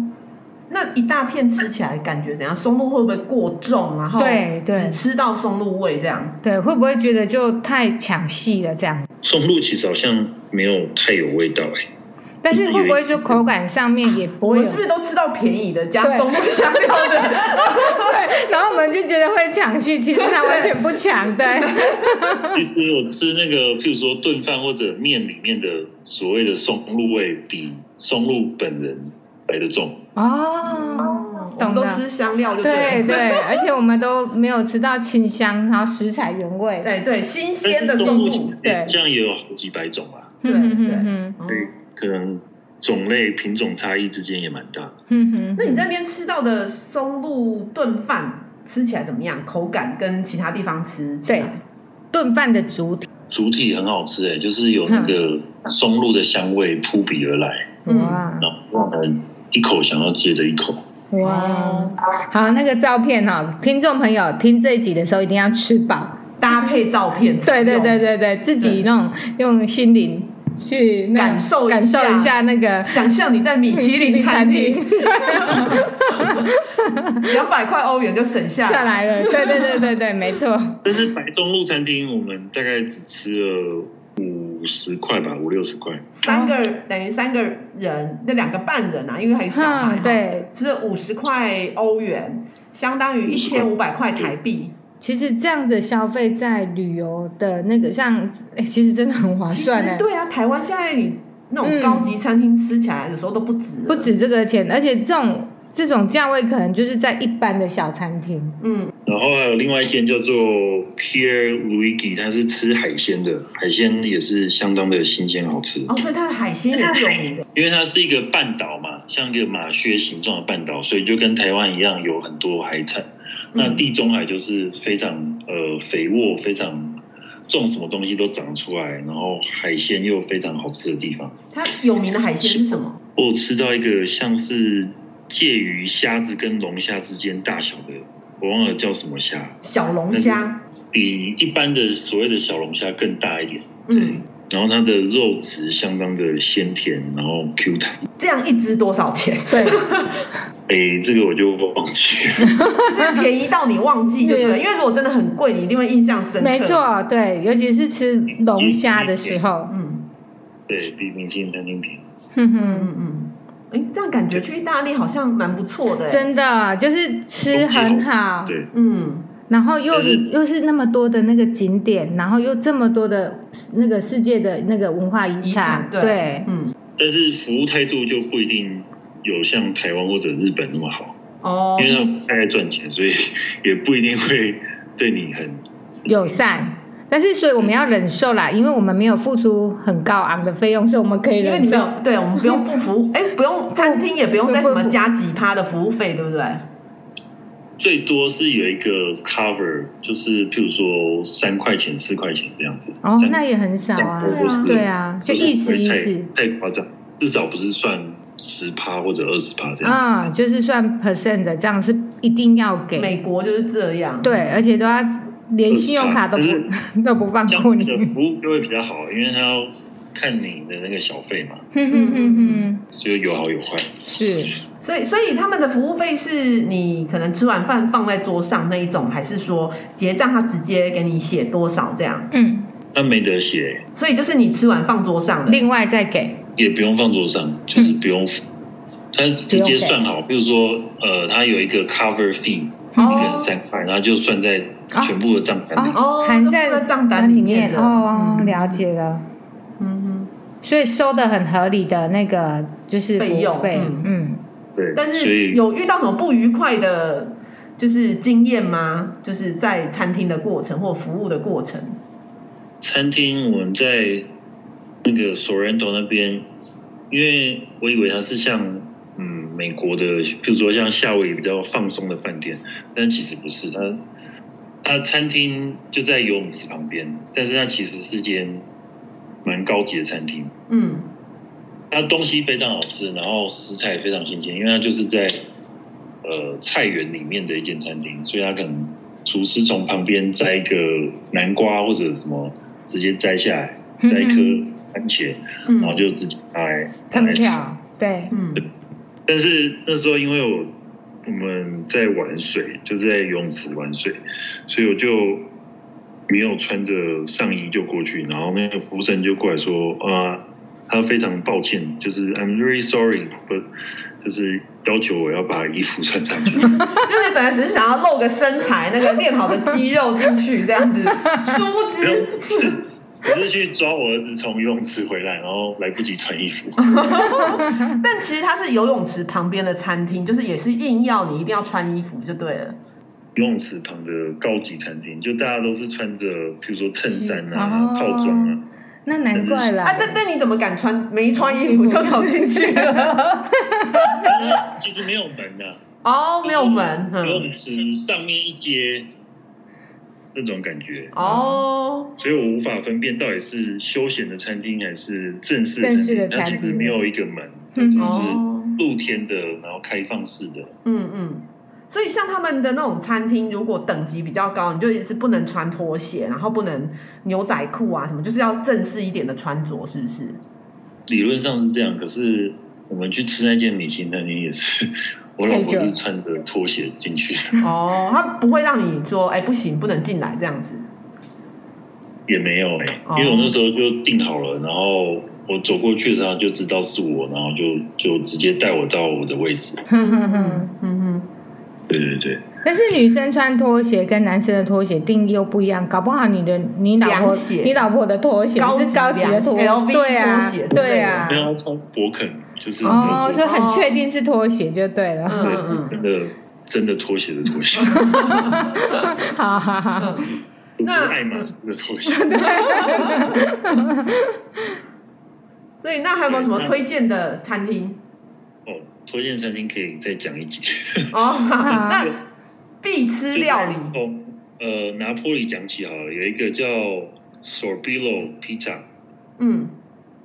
[SPEAKER 1] 那一大片吃起来感觉怎样？松露会不会过重？然后
[SPEAKER 2] 对对
[SPEAKER 1] 只吃到松露味这样。
[SPEAKER 2] 对，会不会觉得就太抢戏了这样？
[SPEAKER 4] 松露其实好像没有太有味道 哎、
[SPEAKER 2] 但是会不会就口感上面也不
[SPEAKER 1] 我
[SPEAKER 2] 会
[SPEAKER 1] 们
[SPEAKER 2] 有
[SPEAKER 1] 是不？是都吃到便宜的加
[SPEAKER 2] 对
[SPEAKER 1] 松露香料的？
[SPEAKER 2] 对，然后我们就觉得会抢戏，其实它完全不抢，对，
[SPEAKER 4] 其实我吃那个，譬如说炖饭或者面里面的所谓的松露味，比松露本人来的重。
[SPEAKER 2] 哦。
[SPEAKER 1] 哦 我
[SPEAKER 2] 懂
[SPEAKER 1] 们都
[SPEAKER 2] 了
[SPEAKER 1] 吃香料就
[SPEAKER 2] 对
[SPEAKER 1] 对了。
[SPEAKER 2] 对，而且我们都没有吃到清香，然后食材原味。
[SPEAKER 1] 对哎对，新鲜的
[SPEAKER 4] 但是
[SPEAKER 1] 松露
[SPEAKER 4] 其。实
[SPEAKER 2] 对
[SPEAKER 4] 这样也有好几百种啊，
[SPEAKER 1] 对
[SPEAKER 2] 哼哼
[SPEAKER 1] 对
[SPEAKER 2] 哼哼
[SPEAKER 1] 哦
[SPEAKER 4] 对可能种类品种差异之间也蛮大的。
[SPEAKER 2] 哼哼
[SPEAKER 1] 那你在那边吃到的松露炖饭吃起来怎么样？口感跟其他地方吃起来？
[SPEAKER 2] 炖饭的主体，
[SPEAKER 4] 主体很好吃哎、就是有那个松露的香味扑鼻而来，
[SPEAKER 1] 嗯
[SPEAKER 2] 哇
[SPEAKER 4] 然后让人一口想要接着一口。
[SPEAKER 2] 哇，好，那个照片哦，听众朋友听这一集的时候一定要吃饱。
[SPEAKER 1] 搭配照片，
[SPEAKER 2] 对对对
[SPEAKER 1] 用，
[SPEAKER 2] 对对，自己那种用心灵去那
[SPEAKER 1] 感受一下
[SPEAKER 2] 感受一下那个
[SPEAKER 1] 想象你在米其林餐厅， 两百块欧元就省下
[SPEAKER 2] 下来
[SPEAKER 1] 来。
[SPEAKER 2] 了。对对对对对，没错。
[SPEAKER 4] 但是白中路餐厅，我们大概只吃了五十块吧，五六十块。
[SPEAKER 1] 三个等于三个人，那两个半人啊，因为还有小孩
[SPEAKER 2] 嗯，
[SPEAKER 1] 嘛，
[SPEAKER 2] 对，
[SPEAKER 1] 只有五十块欧元，相当于一千五百块台币，
[SPEAKER 2] 其实这样的消费在旅游的那个像，哎，其实真的很划
[SPEAKER 1] 其
[SPEAKER 2] 算
[SPEAKER 1] 实
[SPEAKER 2] 呢。
[SPEAKER 1] 对啊，台湾现在你那种
[SPEAKER 2] 嗯
[SPEAKER 1] 高级餐厅吃起来有时候都不值，啊
[SPEAKER 2] 不，止这个钱，而且这种这种价位可能就是在一般的小餐厅。
[SPEAKER 1] 嗯，
[SPEAKER 4] 然后还有另外一间叫做 Pier Luigi，它是吃海鲜的，海鲜也是相当的新鲜好吃。
[SPEAKER 1] 哦，所以它的海鲜也是有名 的，
[SPEAKER 4] 因为它是一个半岛嘛，像一个马靴形状的半岛，所以就跟台湾一样有很多海产。
[SPEAKER 1] 嗯
[SPEAKER 4] 那地中海就是非常呃肥沃，非常种什么东西都长出来，然后海鲜又非常好吃的地方。
[SPEAKER 1] 它有名的海鲜是什么？
[SPEAKER 4] 我有吃到一个像是介于虾子跟龙虾之间大小的，我忘了叫什么虾，
[SPEAKER 1] 小龙
[SPEAKER 2] 嗯
[SPEAKER 1] 虾，
[SPEAKER 4] 比一般的所谓的小龙虾更大一点。
[SPEAKER 1] 嗯，
[SPEAKER 4] 然后它的肉质相当的鲜甜，然后 Q 弹。
[SPEAKER 1] 这样一只多少钱？
[SPEAKER 2] 对，
[SPEAKER 4] 诶，这个我就忘记了。
[SPEAKER 1] 就是便宜到你忘记就对了，
[SPEAKER 2] 对
[SPEAKER 1] 因为如果真的很贵，你一定会印象深刻。
[SPEAKER 2] 没，错，对，尤其是吃龙虾的时候，
[SPEAKER 1] 嗯
[SPEAKER 4] 对比明星餐厅便宜。
[SPEAKER 2] 哼
[SPEAKER 1] 嗯
[SPEAKER 2] 哼。
[SPEAKER 1] 嗯嗯，哎，这样感觉去意大利好像蛮不错的，，欸
[SPEAKER 2] 真的就是吃很好，
[SPEAKER 4] 对，
[SPEAKER 1] 嗯，
[SPEAKER 2] 然后又
[SPEAKER 4] 但是
[SPEAKER 2] 又是那么多的那个景点，然后又这么多的那个世界的那个文化遗
[SPEAKER 1] 遗产对
[SPEAKER 2] 对，
[SPEAKER 1] 嗯，
[SPEAKER 4] 但是服务态度就不一定有像台湾或者日本那么好，
[SPEAKER 1] 哦
[SPEAKER 4] 因，为他们太爱赚钱，所以 也不一定会对你很
[SPEAKER 2] 友善。但是，所以我们要忍受啦，因为我们没有付出很高昂的费用，所以我们可以
[SPEAKER 1] 因为
[SPEAKER 2] 忍
[SPEAKER 1] 你没
[SPEAKER 2] 受
[SPEAKER 1] 有。对，我们不用付服 务，哎，不用餐厅也不用再什么加几趴的服务费，对不对？
[SPEAKER 4] 最多是有一个 cover，就是譬如说三块钱、四块钱这样子。
[SPEAKER 2] 哦，
[SPEAKER 4] 三
[SPEAKER 2] 那也很少
[SPEAKER 4] 这样
[SPEAKER 2] 啊
[SPEAKER 4] 多，不是
[SPEAKER 2] 对啊，就
[SPEAKER 4] 不是
[SPEAKER 2] 意思
[SPEAKER 4] 会
[SPEAKER 2] 意
[SPEAKER 4] 太
[SPEAKER 2] 思
[SPEAKER 4] 太夸张，至少不是算十趴或者二十趴这样。
[SPEAKER 2] 啊、就是算 percent 的，这样是一定要给。
[SPEAKER 1] 美国就是这样，
[SPEAKER 2] 对，而且都要连信用卡都不 都不放
[SPEAKER 4] 像
[SPEAKER 2] 过
[SPEAKER 4] 那
[SPEAKER 2] 你。嗯
[SPEAKER 4] 个服务就会比较好，因为他要看你的那个小费嘛，
[SPEAKER 2] 哼哼哼哼，
[SPEAKER 4] 就有好有坏。
[SPEAKER 2] 是
[SPEAKER 1] 所以所以他们的服务费是你可能吃完饭放在桌上那一种，还是说结账他直接给你写多少这样？
[SPEAKER 2] 嗯，
[SPEAKER 4] 那没得写，
[SPEAKER 1] 所以就是你吃完放桌上的，
[SPEAKER 2] 另外再给，
[SPEAKER 4] 也不用放桌上，就是
[SPEAKER 2] 嗯
[SPEAKER 4] 不用付。他直接算好，比如说，呃，他有一个 cover fee，
[SPEAKER 1] 哦
[SPEAKER 4] 一个人三块，然后就算在
[SPEAKER 2] 哦
[SPEAKER 4] 全部的账单里。
[SPEAKER 1] 哦
[SPEAKER 2] 含
[SPEAKER 1] 就
[SPEAKER 2] 在
[SPEAKER 1] 放在账单
[SPEAKER 2] 里
[SPEAKER 1] 里面的
[SPEAKER 2] 哦，
[SPEAKER 1] 嗯
[SPEAKER 2] 了解了。
[SPEAKER 1] 嗯哼。
[SPEAKER 2] 所以收的很合理的那个就是
[SPEAKER 1] 费
[SPEAKER 2] 服务
[SPEAKER 1] 用
[SPEAKER 2] 费
[SPEAKER 1] 嗯
[SPEAKER 2] 嗯，
[SPEAKER 4] 对，
[SPEAKER 1] 但
[SPEAKER 4] 所
[SPEAKER 1] 是
[SPEAKER 4] 以
[SPEAKER 1] 有遇到什么不愉快的，就是经验吗？就是在餐厅的过程或服务的过程，
[SPEAKER 4] 餐厅我们在那个索人头那边，因为我以为它是像嗯美国的，譬如说像夏威夷比较放松的饭店，但其实不是，它它餐厅就在游泳池旁边，但是它其实是间蛮高级的餐厅，
[SPEAKER 1] 嗯，
[SPEAKER 4] 它东西非常好吃，然后食材非常新鲜，因为它就是在呃菜园里面的一间餐厅，所以它可能厨师从旁边摘一个南瓜或者什么，直接摘下来，
[SPEAKER 2] 嗯
[SPEAKER 4] 摘一颗番茄，
[SPEAKER 1] 嗯
[SPEAKER 4] 然后哦就直接拿来拿来
[SPEAKER 2] 烹
[SPEAKER 4] 吃。
[SPEAKER 2] 调对，
[SPEAKER 1] 嗯
[SPEAKER 4] 但是那时候因为我我们在玩水，就是在游泳池玩水，所以我就没有穿着上衣就过去，然后那个服务生就过来说啊，他非常抱歉，就是 I'm really sorry，不就是要求我要把衣服穿上去。
[SPEAKER 1] 就是本来只是想要露个身材，那个练好的肌肉进去这 样子，殊不知，
[SPEAKER 4] 我是去抓我儿子从游泳池回来，然后来不及穿衣服。
[SPEAKER 1] 但其实它是游泳池旁边的餐厅，就是也是硬要你一定要穿衣服就对了，
[SPEAKER 4] 游泳池旁的高级餐厅，就大家都是穿着，比如说衬衫
[SPEAKER 2] 哦
[SPEAKER 4] 啊、套装啊，
[SPEAKER 2] 那难怪
[SPEAKER 1] 啊，
[SPEAKER 2] 啦。
[SPEAKER 1] 但但你怎么敢穿没穿衣服就走进去 了？
[SPEAKER 4] 但它其实没有门啊的、
[SPEAKER 1] 哦，没有门，
[SPEAKER 4] 游
[SPEAKER 1] 嗯，
[SPEAKER 4] 泳池上面一阶那种感觉，
[SPEAKER 1] 哦，
[SPEAKER 4] 所以我无法分辨到底是休闲的餐厅还是正式
[SPEAKER 2] 正式的
[SPEAKER 4] 餐厅。它
[SPEAKER 2] 餐
[SPEAKER 4] 其实
[SPEAKER 2] 厅
[SPEAKER 4] 没有一个门，它
[SPEAKER 2] 嗯
[SPEAKER 4] 就
[SPEAKER 1] 哦
[SPEAKER 4] 是露天的，然后开放式的。
[SPEAKER 1] 嗯嗯，所以像他们的那种餐厅，如果等级比较高，你就也是不能穿拖鞋，然后不能牛仔裤啊什么，就是要正式一点的穿着，是 不是？
[SPEAKER 4] 理论上是这样，可是我们去吃那间米其林餐厅也是， 我老婆是穿着拖鞋进去的，
[SPEAKER 1] 哦，他不会让你说，哎、不行，不能进来这样子。
[SPEAKER 4] 也没有哎、
[SPEAKER 1] 哦
[SPEAKER 4] 因为我那时候就订好了，然后我走过去的时候她就知道是我，然后就就直接带我到我的 位置。
[SPEAKER 2] 哼哼哼。
[SPEAKER 1] 嗯哼，
[SPEAKER 4] 对对对。
[SPEAKER 2] 但是女生穿拖鞋跟男生的拖鞋定义又不一样，搞不好你的你老婆
[SPEAKER 1] 凉鞋
[SPEAKER 2] 你老婆的拖鞋
[SPEAKER 1] 高级
[SPEAKER 2] 是高级的拖
[SPEAKER 1] 凉鞋
[SPEAKER 2] 对啊
[SPEAKER 1] ，LV 拖鞋之类的
[SPEAKER 2] 对啊
[SPEAKER 4] 没，有他穿勃肯，就是
[SPEAKER 2] 哦，
[SPEAKER 4] 那
[SPEAKER 2] 所以
[SPEAKER 4] 种
[SPEAKER 2] 很确定是拖鞋就对了，
[SPEAKER 1] 嗯嗯
[SPEAKER 4] 对，真的真的拖鞋的拖 鞋，
[SPEAKER 2] 哈哈哈。
[SPEAKER 1] 嗯
[SPEAKER 4] 不是爱马仕的 拖鞋。
[SPEAKER 1] 所以那还有没有什么推荐的餐厅？
[SPEAKER 4] 哦，推荐餐厅可以再讲一集。
[SPEAKER 1] 哦，那必吃料理
[SPEAKER 4] 哦，呃，拿坡里讲起好了，有一个叫 Sorbillo Pizza，
[SPEAKER 1] 嗯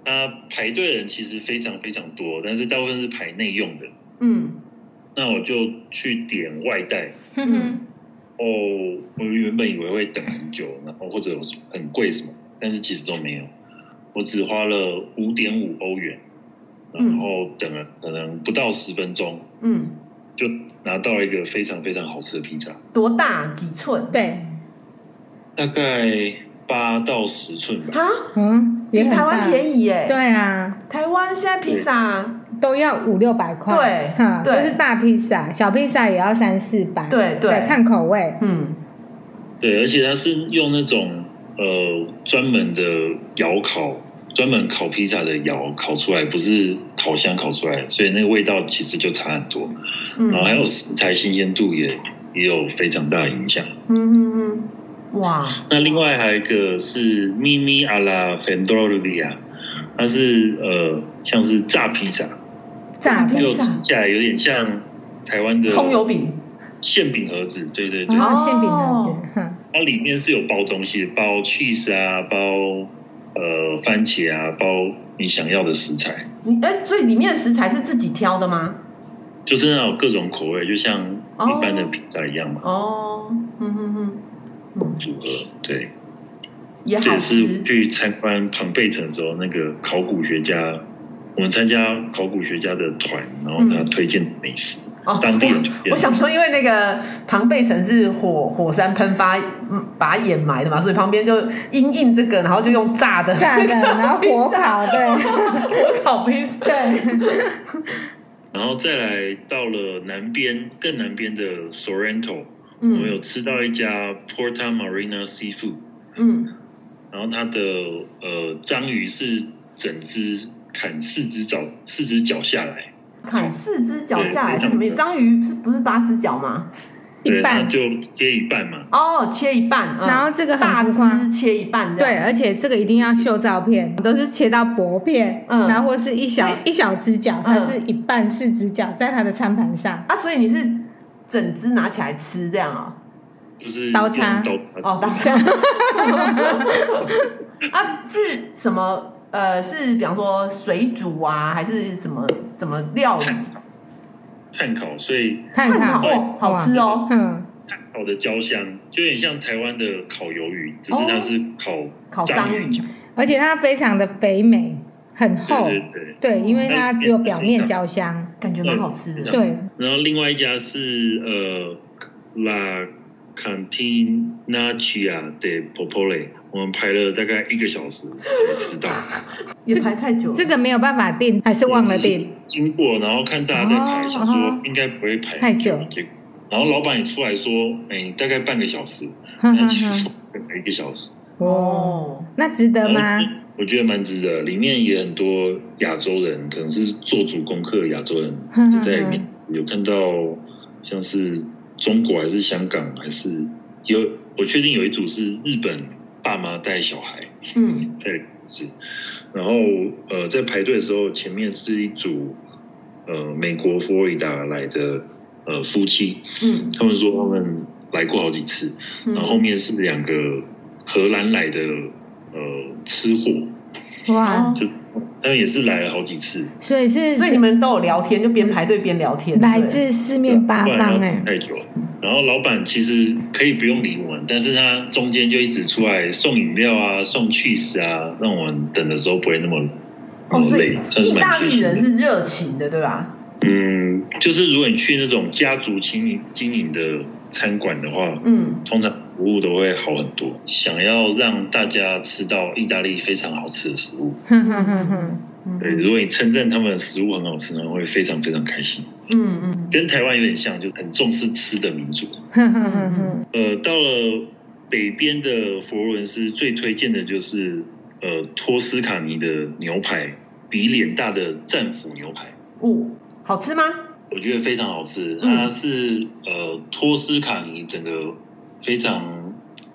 [SPEAKER 4] 它排队的人其实非常非常多，但是大部分是排内用的。
[SPEAKER 1] 嗯
[SPEAKER 4] 那我就去点外带。
[SPEAKER 2] 哼哼
[SPEAKER 4] 哦，我原本以为会等很久，然后或者很贵什么，但是其实都没有，我只花了五点五欧元，然后等了可能不到十分钟，
[SPEAKER 1] 嗯，
[SPEAKER 4] 就拿到一个非常非常好吃的披萨，
[SPEAKER 1] 多大几寸？
[SPEAKER 2] 对，
[SPEAKER 4] 大概八到十寸吧。
[SPEAKER 1] 啊，
[SPEAKER 2] 嗯，也
[SPEAKER 1] 比
[SPEAKER 2] 很
[SPEAKER 1] 台湾
[SPEAKER 2] 大，
[SPEAKER 1] 便宜耶、
[SPEAKER 2] 对啊，
[SPEAKER 1] 台湾现在披萨，
[SPEAKER 2] 都要五六百块，
[SPEAKER 1] 对
[SPEAKER 2] 哈，都
[SPEAKER 1] 对
[SPEAKER 2] 是大披萨，小披萨也要三四百，
[SPEAKER 1] 对对
[SPEAKER 2] 看口味，
[SPEAKER 1] 嗯，
[SPEAKER 4] 对，而且它是用那种呃专门的窑烤，专门烤披萨的窑烤出来，不是烤箱烤出来，所以那个味道其实就差很多。
[SPEAKER 1] 嗯
[SPEAKER 4] 然后还有食材新鲜度也也有非常大的影响。
[SPEAKER 1] 嗯嗯嗯，哇，
[SPEAKER 4] 那另外还有一个是咪咪阿拉 f e n d o r i a 它是呃像是炸披萨，
[SPEAKER 1] 炸披
[SPEAKER 4] 就
[SPEAKER 1] 萨、
[SPEAKER 4] 吃起来有点像台湾的
[SPEAKER 1] 葱油啊饼，
[SPEAKER 4] 馅饼盒子，对对对，
[SPEAKER 2] 然后馅饼
[SPEAKER 1] 哦
[SPEAKER 2] 盒子，哼
[SPEAKER 4] 它里面是有包东西的，包 cheese 啊，包呃番茄啊，包你想要的食材，
[SPEAKER 1] 你哎、所以里面的食材是自己挑的吗？
[SPEAKER 4] 就是那种各种口味，就像
[SPEAKER 1] 哦
[SPEAKER 4] 一般的披萨一样嘛，
[SPEAKER 1] 哦，嗯嗯嗯，嗯，
[SPEAKER 4] 组合对。
[SPEAKER 1] 也
[SPEAKER 4] 这
[SPEAKER 1] 好
[SPEAKER 4] 也是
[SPEAKER 1] 吃，
[SPEAKER 4] 去参观庞贝城的时候，那个考古学家，我们参加考古学家的团，然后他
[SPEAKER 1] 嗯
[SPEAKER 4] 推荐美食，
[SPEAKER 1] 哦
[SPEAKER 4] 当地人推 荐。
[SPEAKER 1] 我想说，因为那个庞贝城是火火山喷发嗯把掩埋的嘛，所以旁边就因应这个，然后就用炸的
[SPEAKER 2] 炸的，然后火烤，对
[SPEAKER 1] 火烤披萨。
[SPEAKER 2] 对，
[SPEAKER 4] 然后再来到了南边，更南边的 Sorrento，、我们
[SPEAKER 1] 嗯
[SPEAKER 4] 有吃到一家 Porta Marina Seafood，
[SPEAKER 1] 嗯，
[SPEAKER 4] 然后它的呃章鱼是整只砍四只脚，四只脚下来，
[SPEAKER 1] 砍四只脚下来
[SPEAKER 4] 对
[SPEAKER 1] 是什么意思？
[SPEAKER 4] 对
[SPEAKER 1] 章鱼是不是八只脚吗？
[SPEAKER 2] 一
[SPEAKER 4] 对，它
[SPEAKER 2] 半。
[SPEAKER 4] 就切一半嘛，
[SPEAKER 1] 哦，切一半，嗯
[SPEAKER 2] 然后这个
[SPEAKER 1] 大
[SPEAKER 2] 很浮夸，
[SPEAKER 1] 只切一半，
[SPEAKER 2] 对，，而且这个一定要秀照片，都是切到薄片，
[SPEAKER 1] 嗯
[SPEAKER 2] 然后或是一小
[SPEAKER 1] 所以
[SPEAKER 2] 一小只脚，它
[SPEAKER 1] 嗯
[SPEAKER 2] 是一半四只脚在它的餐盘上，
[SPEAKER 1] 啊，所以你是整只拿起来吃这样啊、
[SPEAKER 4] 就是
[SPEAKER 2] 刀叉
[SPEAKER 4] 用
[SPEAKER 1] 哦？哦，当 然。啊，是什么？呃，是比方说水煮啊，还是什么怎么料理？
[SPEAKER 4] 炭烤，所以
[SPEAKER 2] 看
[SPEAKER 1] 炭烤
[SPEAKER 2] 看，
[SPEAKER 1] 哦，好吃哦。
[SPEAKER 2] 嗯，
[SPEAKER 4] 烤的焦香，就有点像台湾的烤鱿鱼，只
[SPEAKER 2] 哦
[SPEAKER 4] 是它是烤
[SPEAKER 1] 烤章鱼，
[SPEAKER 2] 而且它非常的肥美，很厚，
[SPEAKER 4] 对对对。哎
[SPEAKER 2] 对，因为它只有表面焦香，
[SPEAKER 1] 感觉蛮好吃的。
[SPEAKER 4] 对
[SPEAKER 2] 对，
[SPEAKER 4] 然后另外一家是呃La Cantina Chia de Popole，我们排了大概一个小时才吃到，
[SPEAKER 1] 也排太久了，
[SPEAKER 2] 这个没有办法订，还是忘了订，
[SPEAKER 4] 经过然后看大家在排，
[SPEAKER 2] 哦
[SPEAKER 4] 想
[SPEAKER 2] 哦
[SPEAKER 4] 说应该不会排
[SPEAKER 2] 太久
[SPEAKER 4] 结果然后老板也出来说，哎，大概半个小时，
[SPEAKER 2] 哼
[SPEAKER 4] 那
[SPEAKER 2] 哼
[SPEAKER 4] 其实
[SPEAKER 2] 哼，
[SPEAKER 4] 我等了一个小时，
[SPEAKER 2] 哦，
[SPEAKER 1] 哦，
[SPEAKER 2] 那值得吗？
[SPEAKER 4] 然后我觉得蛮值得，里面也很多亚洲人，可能是做足功课的亚洲人
[SPEAKER 2] 哼
[SPEAKER 4] 就
[SPEAKER 2] 哼
[SPEAKER 4] 在里
[SPEAKER 2] 哼
[SPEAKER 4] 面，有看到像是中国还是香港还是有，我确定有一组是日本爸妈带小孩
[SPEAKER 1] 嗯
[SPEAKER 4] 在吃，然后呃在排队的时候，前面是一组呃美国佛罗里达来的呃夫妻，
[SPEAKER 1] 嗯
[SPEAKER 4] 他们说他们来过好几次，
[SPEAKER 1] 嗯，
[SPEAKER 4] 然后后面是两个荷兰来的呃吃货，
[SPEAKER 2] 哇，
[SPEAKER 4] 就他们也是来了好几次，
[SPEAKER 2] 所以是
[SPEAKER 1] 哦所以你们都有聊天，就边排队边聊天，
[SPEAKER 2] 来
[SPEAKER 1] 对
[SPEAKER 2] 自四面八
[SPEAKER 4] 不然
[SPEAKER 2] 方，
[SPEAKER 4] 要
[SPEAKER 2] 哎
[SPEAKER 1] 欸
[SPEAKER 4] 等，太久了。然后老板其实可以不用理我们，但是他中间就一直出来送饮料啊、送 cheese 啊，让我们等的时候不会那么那
[SPEAKER 1] 哦，
[SPEAKER 4] 么
[SPEAKER 1] 所
[SPEAKER 4] 累
[SPEAKER 1] 以，
[SPEAKER 4] 算是
[SPEAKER 1] 意大
[SPEAKER 4] 蛮贴
[SPEAKER 1] 利
[SPEAKER 4] 心
[SPEAKER 1] 人
[SPEAKER 4] 的。
[SPEAKER 1] 是热情的，对吧？
[SPEAKER 4] 嗯，就是如果你去那种家族经营经营的餐馆的话，
[SPEAKER 1] 嗯
[SPEAKER 4] 通常服务都会好很多。想要让大家吃到意大利非常好吃的食物，
[SPEAKER 2] 哼哼哼哼，
[SPEAKER 1] 嗯
[SPEAKER 4] 对，如果你称赞他们的食物很好吃，他们会非常非常开心。
[SPEAKER 1] 嗯嗯
[SPEAKER 4] 跟台湾有点像，就是很重视吃的民族。
[SPEAKER 2] 哼哼哼哼，
[SPEAKER 4] 呃，到了北边的佛罗伦斯，最推荐的就是呃托斯卡尼的牛排，比脸大的战斧牛排，
[SPEAKER 1] 哦，好吃吗？
[SPEAKER 4] 我觉得非常好吃。
[SPEAKER 1] 嗯
[SPEAKER 4] 它是呃托斯卡尼整个非常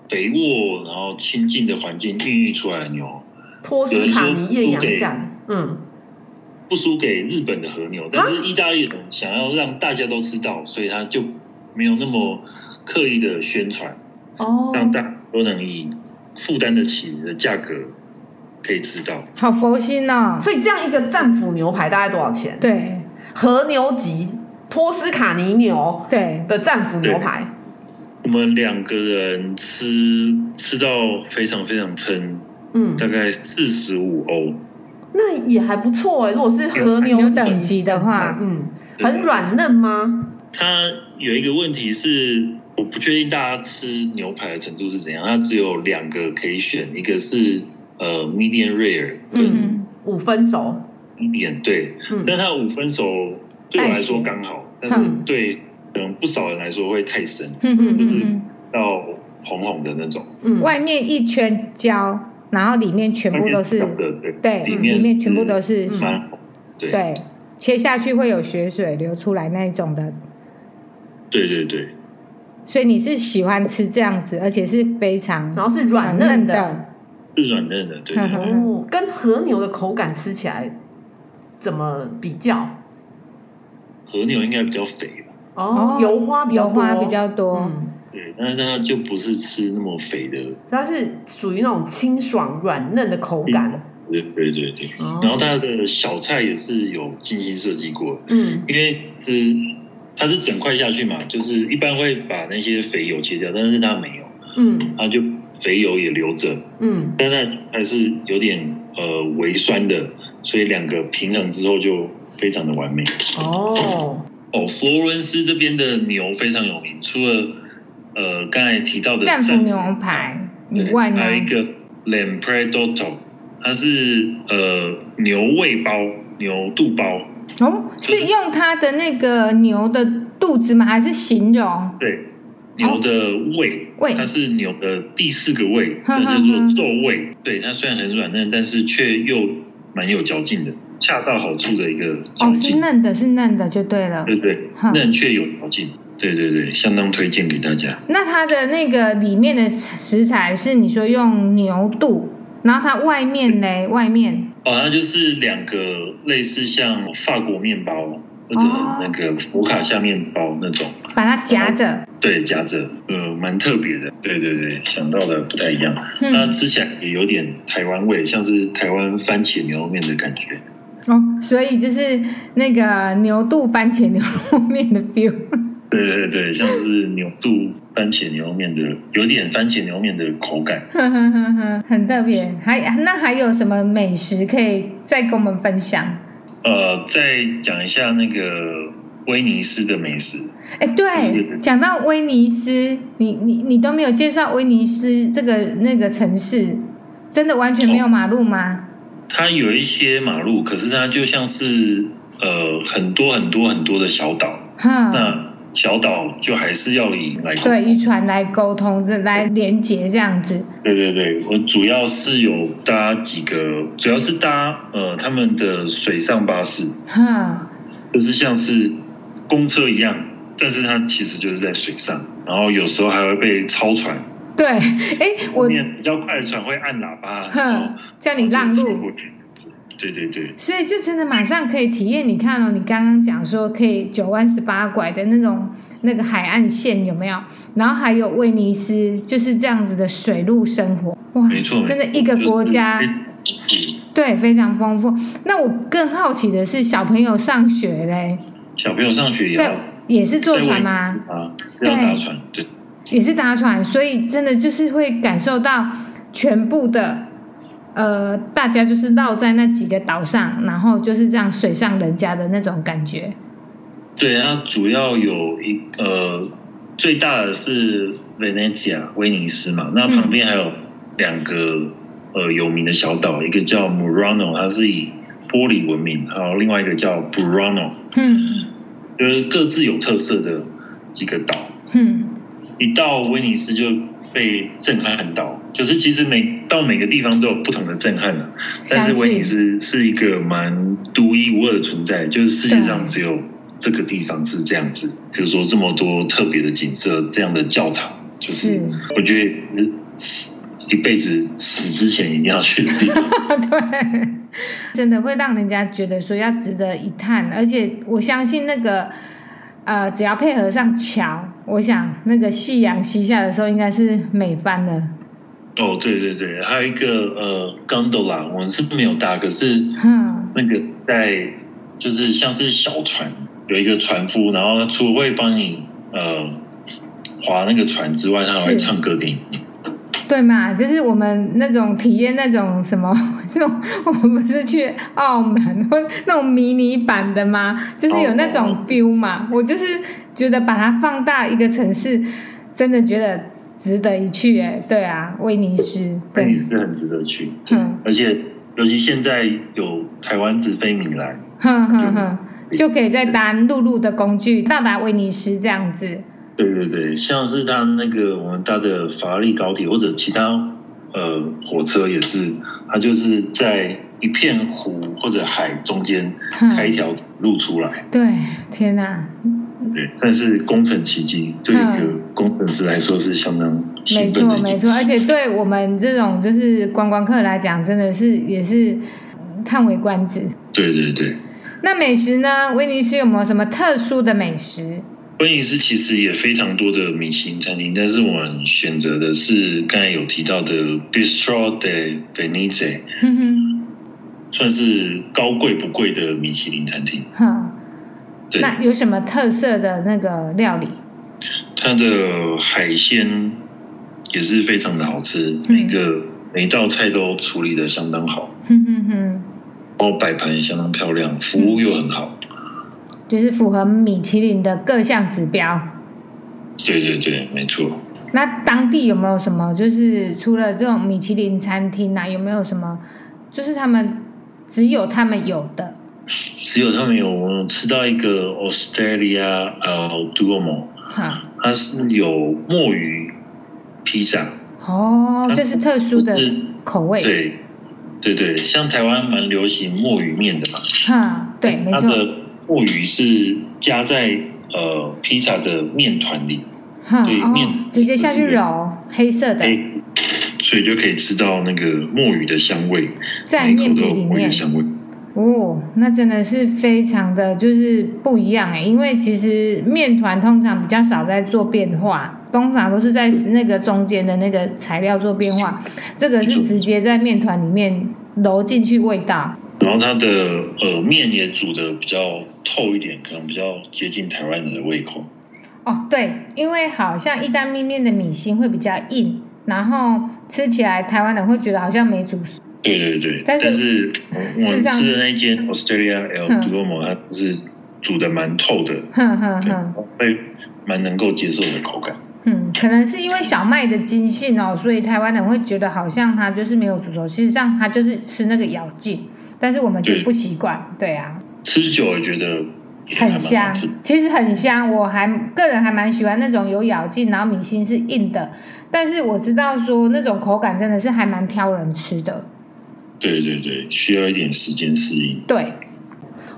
[SPEAKER 4] 肥沃，然后亲近的环境孕育出来的牛，
[SPEAKER 1] 托斯卡尼艳阳
[SPEAKER 4] 有人说
[SPEAKER 1] 下，嗯，
[SPEAKER 4] 不输给日本的和牛。但是意大利人想要让大家都知道，所以他就没有那么刻意的宣传。
[SPEAKER 1] 哦，
[SPEAKER 4] 让大家都能以负担得起的价格可以吃到。
[SPEAKER 2] 好佛心哦，
[SPEAKER 1] 所以这样一个战斧牛排大概多少钱？
[SPEAKER 2] 对
[SPEAKER 1] 和牛级托斯卡尼牛
[SPEAKER 2] 对，
[SPEAKER 1] 的战斧牛排，
[SPEAKER 4] 我们两个人吃吃到非常非常撑，
[SPEAKER 1] 嗯，
[SPEAKER 4] 大概四十五欧，
[SPEAKER 1] 那也还不错哎。如果是和牛
[SPEAKER 2] 有等级的话，
[SPEAKER 1] 嗯，很软嫩吗？
[SPEAKER 4] 它有一个问题是，我不确定大家吃牛排的程度是怎样，它只有两个可以选，一个是呃 medium rare 跟
[SPEAKER 2] 嗯，
[SPEAKER 1] 五分熟，
[SPEAKER 4] medium 对，
[SPEAKER 1] 嗯
[SPEAKER 4] 但它的五分熟对我来说刚好，但是
[SPEAKER 1] 嗯
[SPEAKER 4] 对可能不少人来说会太深，
[SPEAKER 2] 哼哼
[SPEAKER 4] 就是
[SPEAKER 2] 哼
[SPEAKER 4] 到红红的那种，
[SPEAKER 1] 嗯，
[SPEAKER 2] 外面一圈胶，然后里面全部都是
[SPEAKER 4] 外面的对
[SPEAKER 2] 对，
[SPEAKER 4] 里
[SPEAKER 2] 嗯
[SPEAKER 4] 面
[SPEAKER 2] 里面全部都是
[SPEAKER 1] 嗯
[SPEAKER 4] 蛮红，对
[SPEAKER 2] 对，切下去会有血水流出来那一种的。
[SPEAKER 4] 对对对，
[SPEAKER 2] 所以你是喜欢吃这样子，而且是非常
[SPEAKER 1] 然后是软嫩
[SPEAKER 2] 嫩
[SPEAKER 1] 的，
[SPEAKER 2] 的。
[SPEAKER 4] 是软嫩的，对对对
[SPEAKER 2] 嗯
[SPEAKER 1] 哦，跟和牛的口感吃起来怎么比较？
[SPEAKER 4] 和牛应该比较肥吧，
[SPEAKER 1] 哦
[SPEAKER 2] 哦，
[SPEAKER 1] 油花比较
[SPEAKER 2] 油
[SPEAKER 1] 多，
[SPEAKER 2] 花比较多，
[SPEAKER 1] 嗯，
[SPEAKER 4] 对，但是它就不是吃那么肥的，
[SPEAKER 1] 它是属于那种清爽软嫩的口感，
[SPEAKER 4] 对对对对
[SPEAKER 1] 哦。
[SPEAKER 4] 然后它的小菜也是有精心设计过的，
[SPEAKER 1] 嗯
[SPEAKER 4] 因为是它是整块下去嘛，就是一般会把那些肥油切掉，但是它没有，
[SPEAKER 1] 嗯
[SPEAKER 4] 它就肥油也留着，
[SPEAKER 1] 嗯，
[SPEAKER 4] 但它还是有点呃微酸的，所以两个平衡之后就非常的完美。
[SPEAKER 1] 哦，
[SPEAKER 4] 哦，佛罗伦斯这边的牛非常有名，除了呃刚才提到的
[SPEAKER 2] 战斧
[SPEAKER 4] 战斧
[SPEAKER 2] 牛排以
[SPEAKER 4] 对
[SPEAKER 2] 外呢
[SPEAKER 4] 还，有一个 Lampredotto，它是呃牛胃包、牛肚包，
[SPEAKER 2] 哦，是用它的那个牛的肚子吗？还是形容？哦
[SPEAKER 4] 对，牛的胃，
[SPEAKER 2] 胃
[SPEAKER 4] 它是牛的第四个胃，
[SPEAKER 2] 哼
[SPEAKER 4] 那叫
[SPEAKER 2] 哼
[SPEAKER 4] 做皱胃。对，它虽然很软嫩，但是却又蛮有嚼劲的，恰到好处的一个嚼
[SPEAKER 2] 哦，是
[SPEAKER 4] 劲，
[SPEAKER 2] 嫩的，是嫩的就对了。
[SPEAKER 4] 对不对？
[SPEAKER 2] 哼
[SPEAKER 4] 嫩却有嚼劲，对对对，相当推荐给大家。
[SPEAKER 2] 那它的那个里面的食材是你说用牛肚，然后它外面嘞，外面
[SPEAKER 4] 哦，它就是两个类似像法国面包或者
[SPEAKER 2] 哦
[SPEAKER 4] 那个福卡夏面包那种。
[SPEAKER 2] 把它夹着，
[SPEAKER 4] 对，夹着，呃，蛮特别的。对对对，想到的不太一样。那
[SPEAKER 2] 嗯，
[SPEAKER 4] 吃起来也有点台湾味，像是台湾番茄牛肉面的感觉。
[SPEAKER 2] 哦，所以就是那个牛肚番茄牛肉面的 feel。
[SPEAKER 4] 对对对，像是牛肚番茄牛肉面的，有点番茄牛肉面的口感。
[SPEAKER 2] 呵呵呵呵，很特别。还那还有什么美食可以再跟我们分享？
[SPEAKER 4] 呃，再讲一下那个威尼斯的美食。
[SPEAKER 2] 哎，对，
[SPEAKER 4] 嗯
[SPEAKER 2] 讲到威尼斯，你你你都没有介绍威尼斯这个那个城市，真的完全没有马路吗？
[SPEAKER 4] 它有一些马路，可是它就像是呃很多很多很多的小岛。
[SPEAKER 2] 哈、
[SPEAKER 4] 那小岛就还是要以来沟
[SPEAKER 2] 嗯对，渔船来沟通，这来连接这样子。
[SPEAKER 4] 对对对，我主要是有搭几个，主要是搭呃他们的水上巴士，
[SPEAKER 2] 哈，
[SPEAKER 4] 就是像是公车一样，但是它其实就是在水上，然后有时候还会被超船，
[SPEAKER 2] 对，哎，
[SPEAKER 4] 后
[SPEAKER 2] 我
[SPEAKER 4] 面比较快的船会按喇叭，然后
[SPEAKER 2] 哼叫你让
[SPEAKER 4] 就
[SPEAKER 2] 路
[SPEAKER 4] 冲。过去。对对对，
[SPEAKER 2] 所以就真的马上可以体验。你看哦，你刚刚讲说可以九弯十八拐的那种那个海岸线有没有？然后还有威尼斯就是这样子的水路生活，哇，
[SPEAKER 4] 没错，
[SPEAKER 2] 真的
[SPEAKER 4] 没错
[SPEAKER 2] 一个国家、
[SPEAKER 4] 就是嗯
[SPEAKER 2] 对非常丰富。那我更好奇的是，小朋友上学嘞，
[SPEAKER 4] 小朋友上学也
[SPEAKER 2] 在
[SPEAKER 4] 要
[SPEAKER 2] 也是坐船
[SPEAKER 4] 在
[SPEAKER 2] 吗？
[SPEAKER 4] 威尼哎斯啊，是要搭船，对
[SPEAKER 2] 也是搭船，所以真的就是会感受到全部的。呃，大家就是绕在那几个岛上，然后就是这样水上人家的那种感觉。
[SPEAKER 4] 对，它主要有一呃最大的是 Venezia 威尼斯嘛，那旁边还有两个呃有名的小岛，一个叫 Murano，它是以玻璃闻名，还有另外一个叫 Burano，
[SPEAKER 2] 嗯
[SPEAKER 4] 就是各自有特色的几个岛。
[SPEAKER 2] 嗯，
[SPEAKER 4] 一到威尼斯就被震撼到，就是其实每到每个地方都有不同的震撼的、啊但是威尼斯是一个蛮独一无二的存在，就是世界上只有这个地方是这样子。比如说这么多特别的景色，这样的教堂，就是
[SPEAKER 2] 是，
[SPEAKER 4] 我觉得死一辈子死之前一定要去的地方。
[SPEAKER 2] 对，真的会让人家觉得说要值得一探，而且我相信那个呃，只要配合上桥，我想那个夕阳西下的时候应该是美翻了。
[SPEAKER 4] 哦，对对对，还有一个呃 gondola，我们是没有搭，可是
[SPEAKER 2] 哼，
[SPEAKER 4] 那个在就是像是小船，有一个船夫，然后他除了会帮你呃划那个船之外，他还会
[SPEAKER 2] 是
[SPEAKER 4] 唱歌给你。
[SPEAKER 2] 对嘛，就是我们那种体验那种什么， 这种我们不是去澳门 或那种迷你版的吗？就是有那
[SPEAKER 4] 哦
[SPEAKER 2] 种 feel 嘛。我就是觉得把它放大一个城市，真的觉得值得一去哎、对啊，威尼斯，
[SPEAKER 4] 那也
[SPEAKER 2] 对，
[SPEAKER 4] 是很值得去，
[SPEAKER 2] 嗯。
[SPEAKER 4] 而且尤其现在有台湾直飞米兰，
[SPEAKER 2] 哼哼哼，就可以再搭陆路的工具到达威尼斯这样子。
[SPEAKER 4] 对对对，像是它那个我们搭的法拉利高铁或者其他呃火车也是，它就是在一片湖或者海中间
[SPEAKER 2] 嗯
[SPEAKER 4] 开一条路出来。
[SPEAKER 2] 对，天哪，
[SPEAKER 4] 对，但是工程奇迹对一个工程师来说是相当
[SPEAKER 2] 没
[SPEAKER 4] 兴奋
[SPEAKER 2] 错
[SPEAKER 4] 的一
[SPEAKER 2] 嗯没
[SPEAKER 4] 件
[SPEAKER 2] 错，而
[SPEAKER 4] 事。
[SPEAKER 2] 且对我们这种就是观光客来讲，真的是也是嗯叹为观止。
[SPEAKER 4] 对对对，
[SPEAKER 2] 那美食呢？威尼斯有没有什么特殊的美 食？
[SPEAKER 4] 威尼斯其实也非常多的米其林餐厅，但是我们选择的是刚才有提到的 Bistro de Benize，
[SPEAKER 2] 哼哼，
[SPEAKER 4] 算是高贵不贵的米其林餐厅。
[SPEAKER 2] 哈，
[SPEAKER 4] 对，
[SPEAKER 2] 那有什么特色的那个料理？
[SPEAKER 4] 它的海鲜也是非常的好吃，
[SPEAKER 2] 嗯
[SPEAKER 4] 每个每一道菜都处理的相当好，
[SPEAKER 2] 哼哼哼，
[SPEAKER 4] 然后摆盘也相当漂亮，服务又很好。
[SPEAKER 2] 就是符合米其林的各项指标。
[SPEAKER 4] 对对对，没错。
[SPEAKER 2] 那当地有没有什么？就是除了这种米其林餐厅啊，有没有什么？就是他们只有他们有的。
[SPEAKER 4] 只有他们有我吃到一个 Australia 呃 Duomo，
[SPEAKER 2] 哈，
[SPEAKER 4] 它是有墨鱼披萨，
[SPEAKER 2] 哦，就是特殊的
[SPEAKER 4] 就是
[SPEAKER 2] 口味。
[SPEAKER 4] 嗯对对对，像台湾蛮流行墨鱼面的嘛，
[SPEAKER 2] 哈，对，没
[SPEAKER 4] 哎它
[SPEAKER 2] 错。
[SPEAKER 4] 的墨鱼是加在呃披萨的面团里，
[SPEAKER 2] 哈，
[SPEAKER 4] 对
[SPEAKER 2] 哦
[SPEAKER 4] 面，
[SPEAKER 2] 直接下去
[SPEAKER 4] 就是
[SPEAKER 2] 揉，黑色的，
[SPEAKER 4] 哎，所以就可以吃到那个墨鱼的香味，
[SPEAKER 2] 在
[SPEAKER 4] 每一
[SPEAKER 2] 面
[SPEAKER 4] 口都
[SPEAKER 2] 皮
[SPEAKER 4] 有
[SPEAKER 2] 里
[SPEAKER 4] 墨鱼
[SPEAKER 2] 面
[SPEAKER 4] 的。香味。
[SPEAKER 2] 哦，那真的是非常的，就是不一样哎，因为其实面团通常比较少在做变化，通常都是在那个中间的那个材料做变化，这个是直接在面团里面揉进去味道。
[SPEAKER 4] 然后它的呃面也煮的比较透一点，可能比较接近台湾人的胃口。
[SPEAKER 2] 哦，对，因为好像意大利面的米心会比较硬，然后吃起来台湾人会觉得好像没煮熟。
[SPEAKER 4] 对对对，
[SPEAKER 2] 但
[SPEAKER 4] 但
[SPEAKER 2] 是嗯
[SPEAKER 4] 是我
[SPEAKER 2] 事实
[SPEAKER 4] 我们
[SPEAKER 2] 上
[SPEAKER 4] 吃的那间 Australia El
[SPEAKER 2] 嗯
[SPEAKER 4] Duomo，它是煮的蛮透的，
[SPEAKER 2] 哼哼
[SPEAKER 4] 对
[SPEAKER 2] 嗯哼，
[SPEAKER 4] 会蛮能够接受的口感。
[SPEAKER 2] 嗯，可能是因为小麦的筋性哦，所以台湾人会觉得好像它就是没有煮熟，事实上它就是吃那个咬劲，但是我们就
[SPEAKER 4] 对
[SPEAKER 2] 不习惯，对啊，
[SPEAKER 4] 吃久了觉得也嗯还
[SPEAKER 2] 很
[SPEAKER 4] 蛮好
[SPEAKER 2] 香
[SPEAKER 4] 吃，
[SPEAKER 2] 其实很香，我还个人还蛮喜欢那种有咬劲，然后米心是硬的，但是我知道说那种口感真的是还蛮挑人吃的，
[SPEAKER 4] 对对对，需要一点时间适应。
[SPEAKER 2] 对，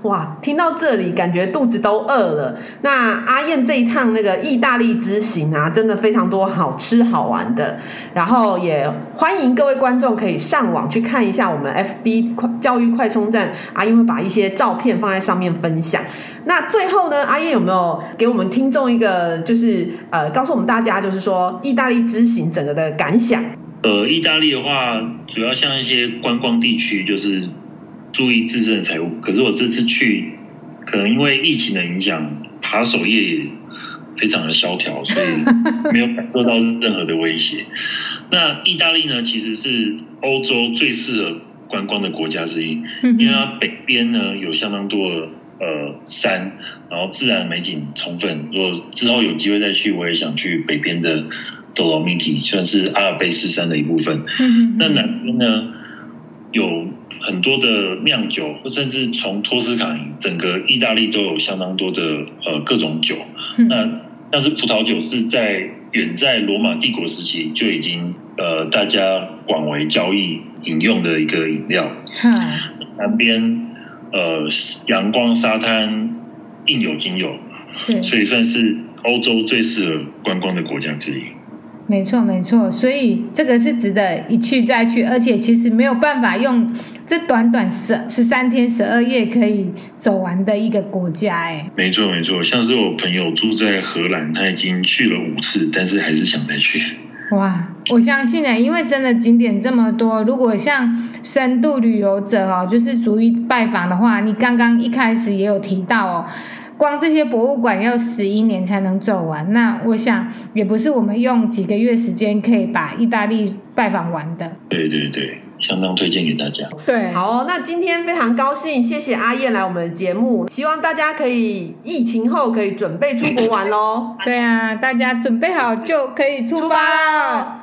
[SPEAKER 1] 哇，听到这里感觉肚子都饿了。那阿燕这一趟那个意大利之行啊，真的非常多好吃好玩的，然后也欢迎各位观众可以上网去看一下我们 FB 快教育快充站，阿燕会把一些照片放在上面分享。那最后呢，阿燕有没有给我们听众一个就是呃，告诉我们大家就是说意大利之行整个的感想？
[SPEAKER 4] 呃，意大利的话，主要像一些观光地区，就是注意自身的财务。可是我这次去，可能因为疫情的影响，扒手业也非常的萧条，所以没有感受到任何的威胁。那意大利呢，其实是欧洲最适合观光的国家之一，
[SPEAKER 2] 哼
[SPEAKER 4] 因
[SPEAKER 2] 哼
[SPEAKER 4] 为它北边呢有相当多的呃山，然后自然美景充分。如果之后有机会再去，我也想去北边的斗罗米提，算是阿尔卑斯山的一部分。
[SPEAKER 2] 哼
[SPEAKER 4] 那
[SPEAKER 2] 哼
[SPEAKER 4] 南边呢有很多的酿酒，甚至从托斯卡尼整个意大利都有相当多的呃各种酒。
[SPEAKER 2] 哼
[SPEAKER 4] 那但是葡萄酒是在远在罗马帝国时期就已经呃大家广为交易饮用的一个饮料。
[SPEAKER 2] 哼
[SPEAKER 4] 南边呃阳光沙滩应有尽有，
[SPEAKER 2] 是。
[SPEAKER 4] 所以算是欧洲最适合观光的国家之一。
[SPEAKER 2] 没错，没错，所以这个是值得一去再去，而且其实没有办法用这短短十十三天十二夜可以走完的一个国家，哎，
[SPEAKER 4] 没错没错，像是我朋友住在荷兰，他已经去了五次，但是还是想再去。
[SPEAKER 2] 哇！我相信哎，因为真的景点这么多，如果像深度旅游者哦，就是逐一拜访的话，你刚刚一开始也有提到哦。光这些博物馆要十一年才能走完，那我想也不是我们用几个月时间可以把意大利拜访完的。
[SPEAKER 4] 对对对，相当推荐给大家。
[SPEAKER 2] 对，
[SPEAKER 1] 好哦、那今天非常高兴，谢谢阿燕来我们的节目，希望大家可以疫情后可以准备出国玩喽。
[SPEAKER 2] 对啊，大家准备好就可以出发了。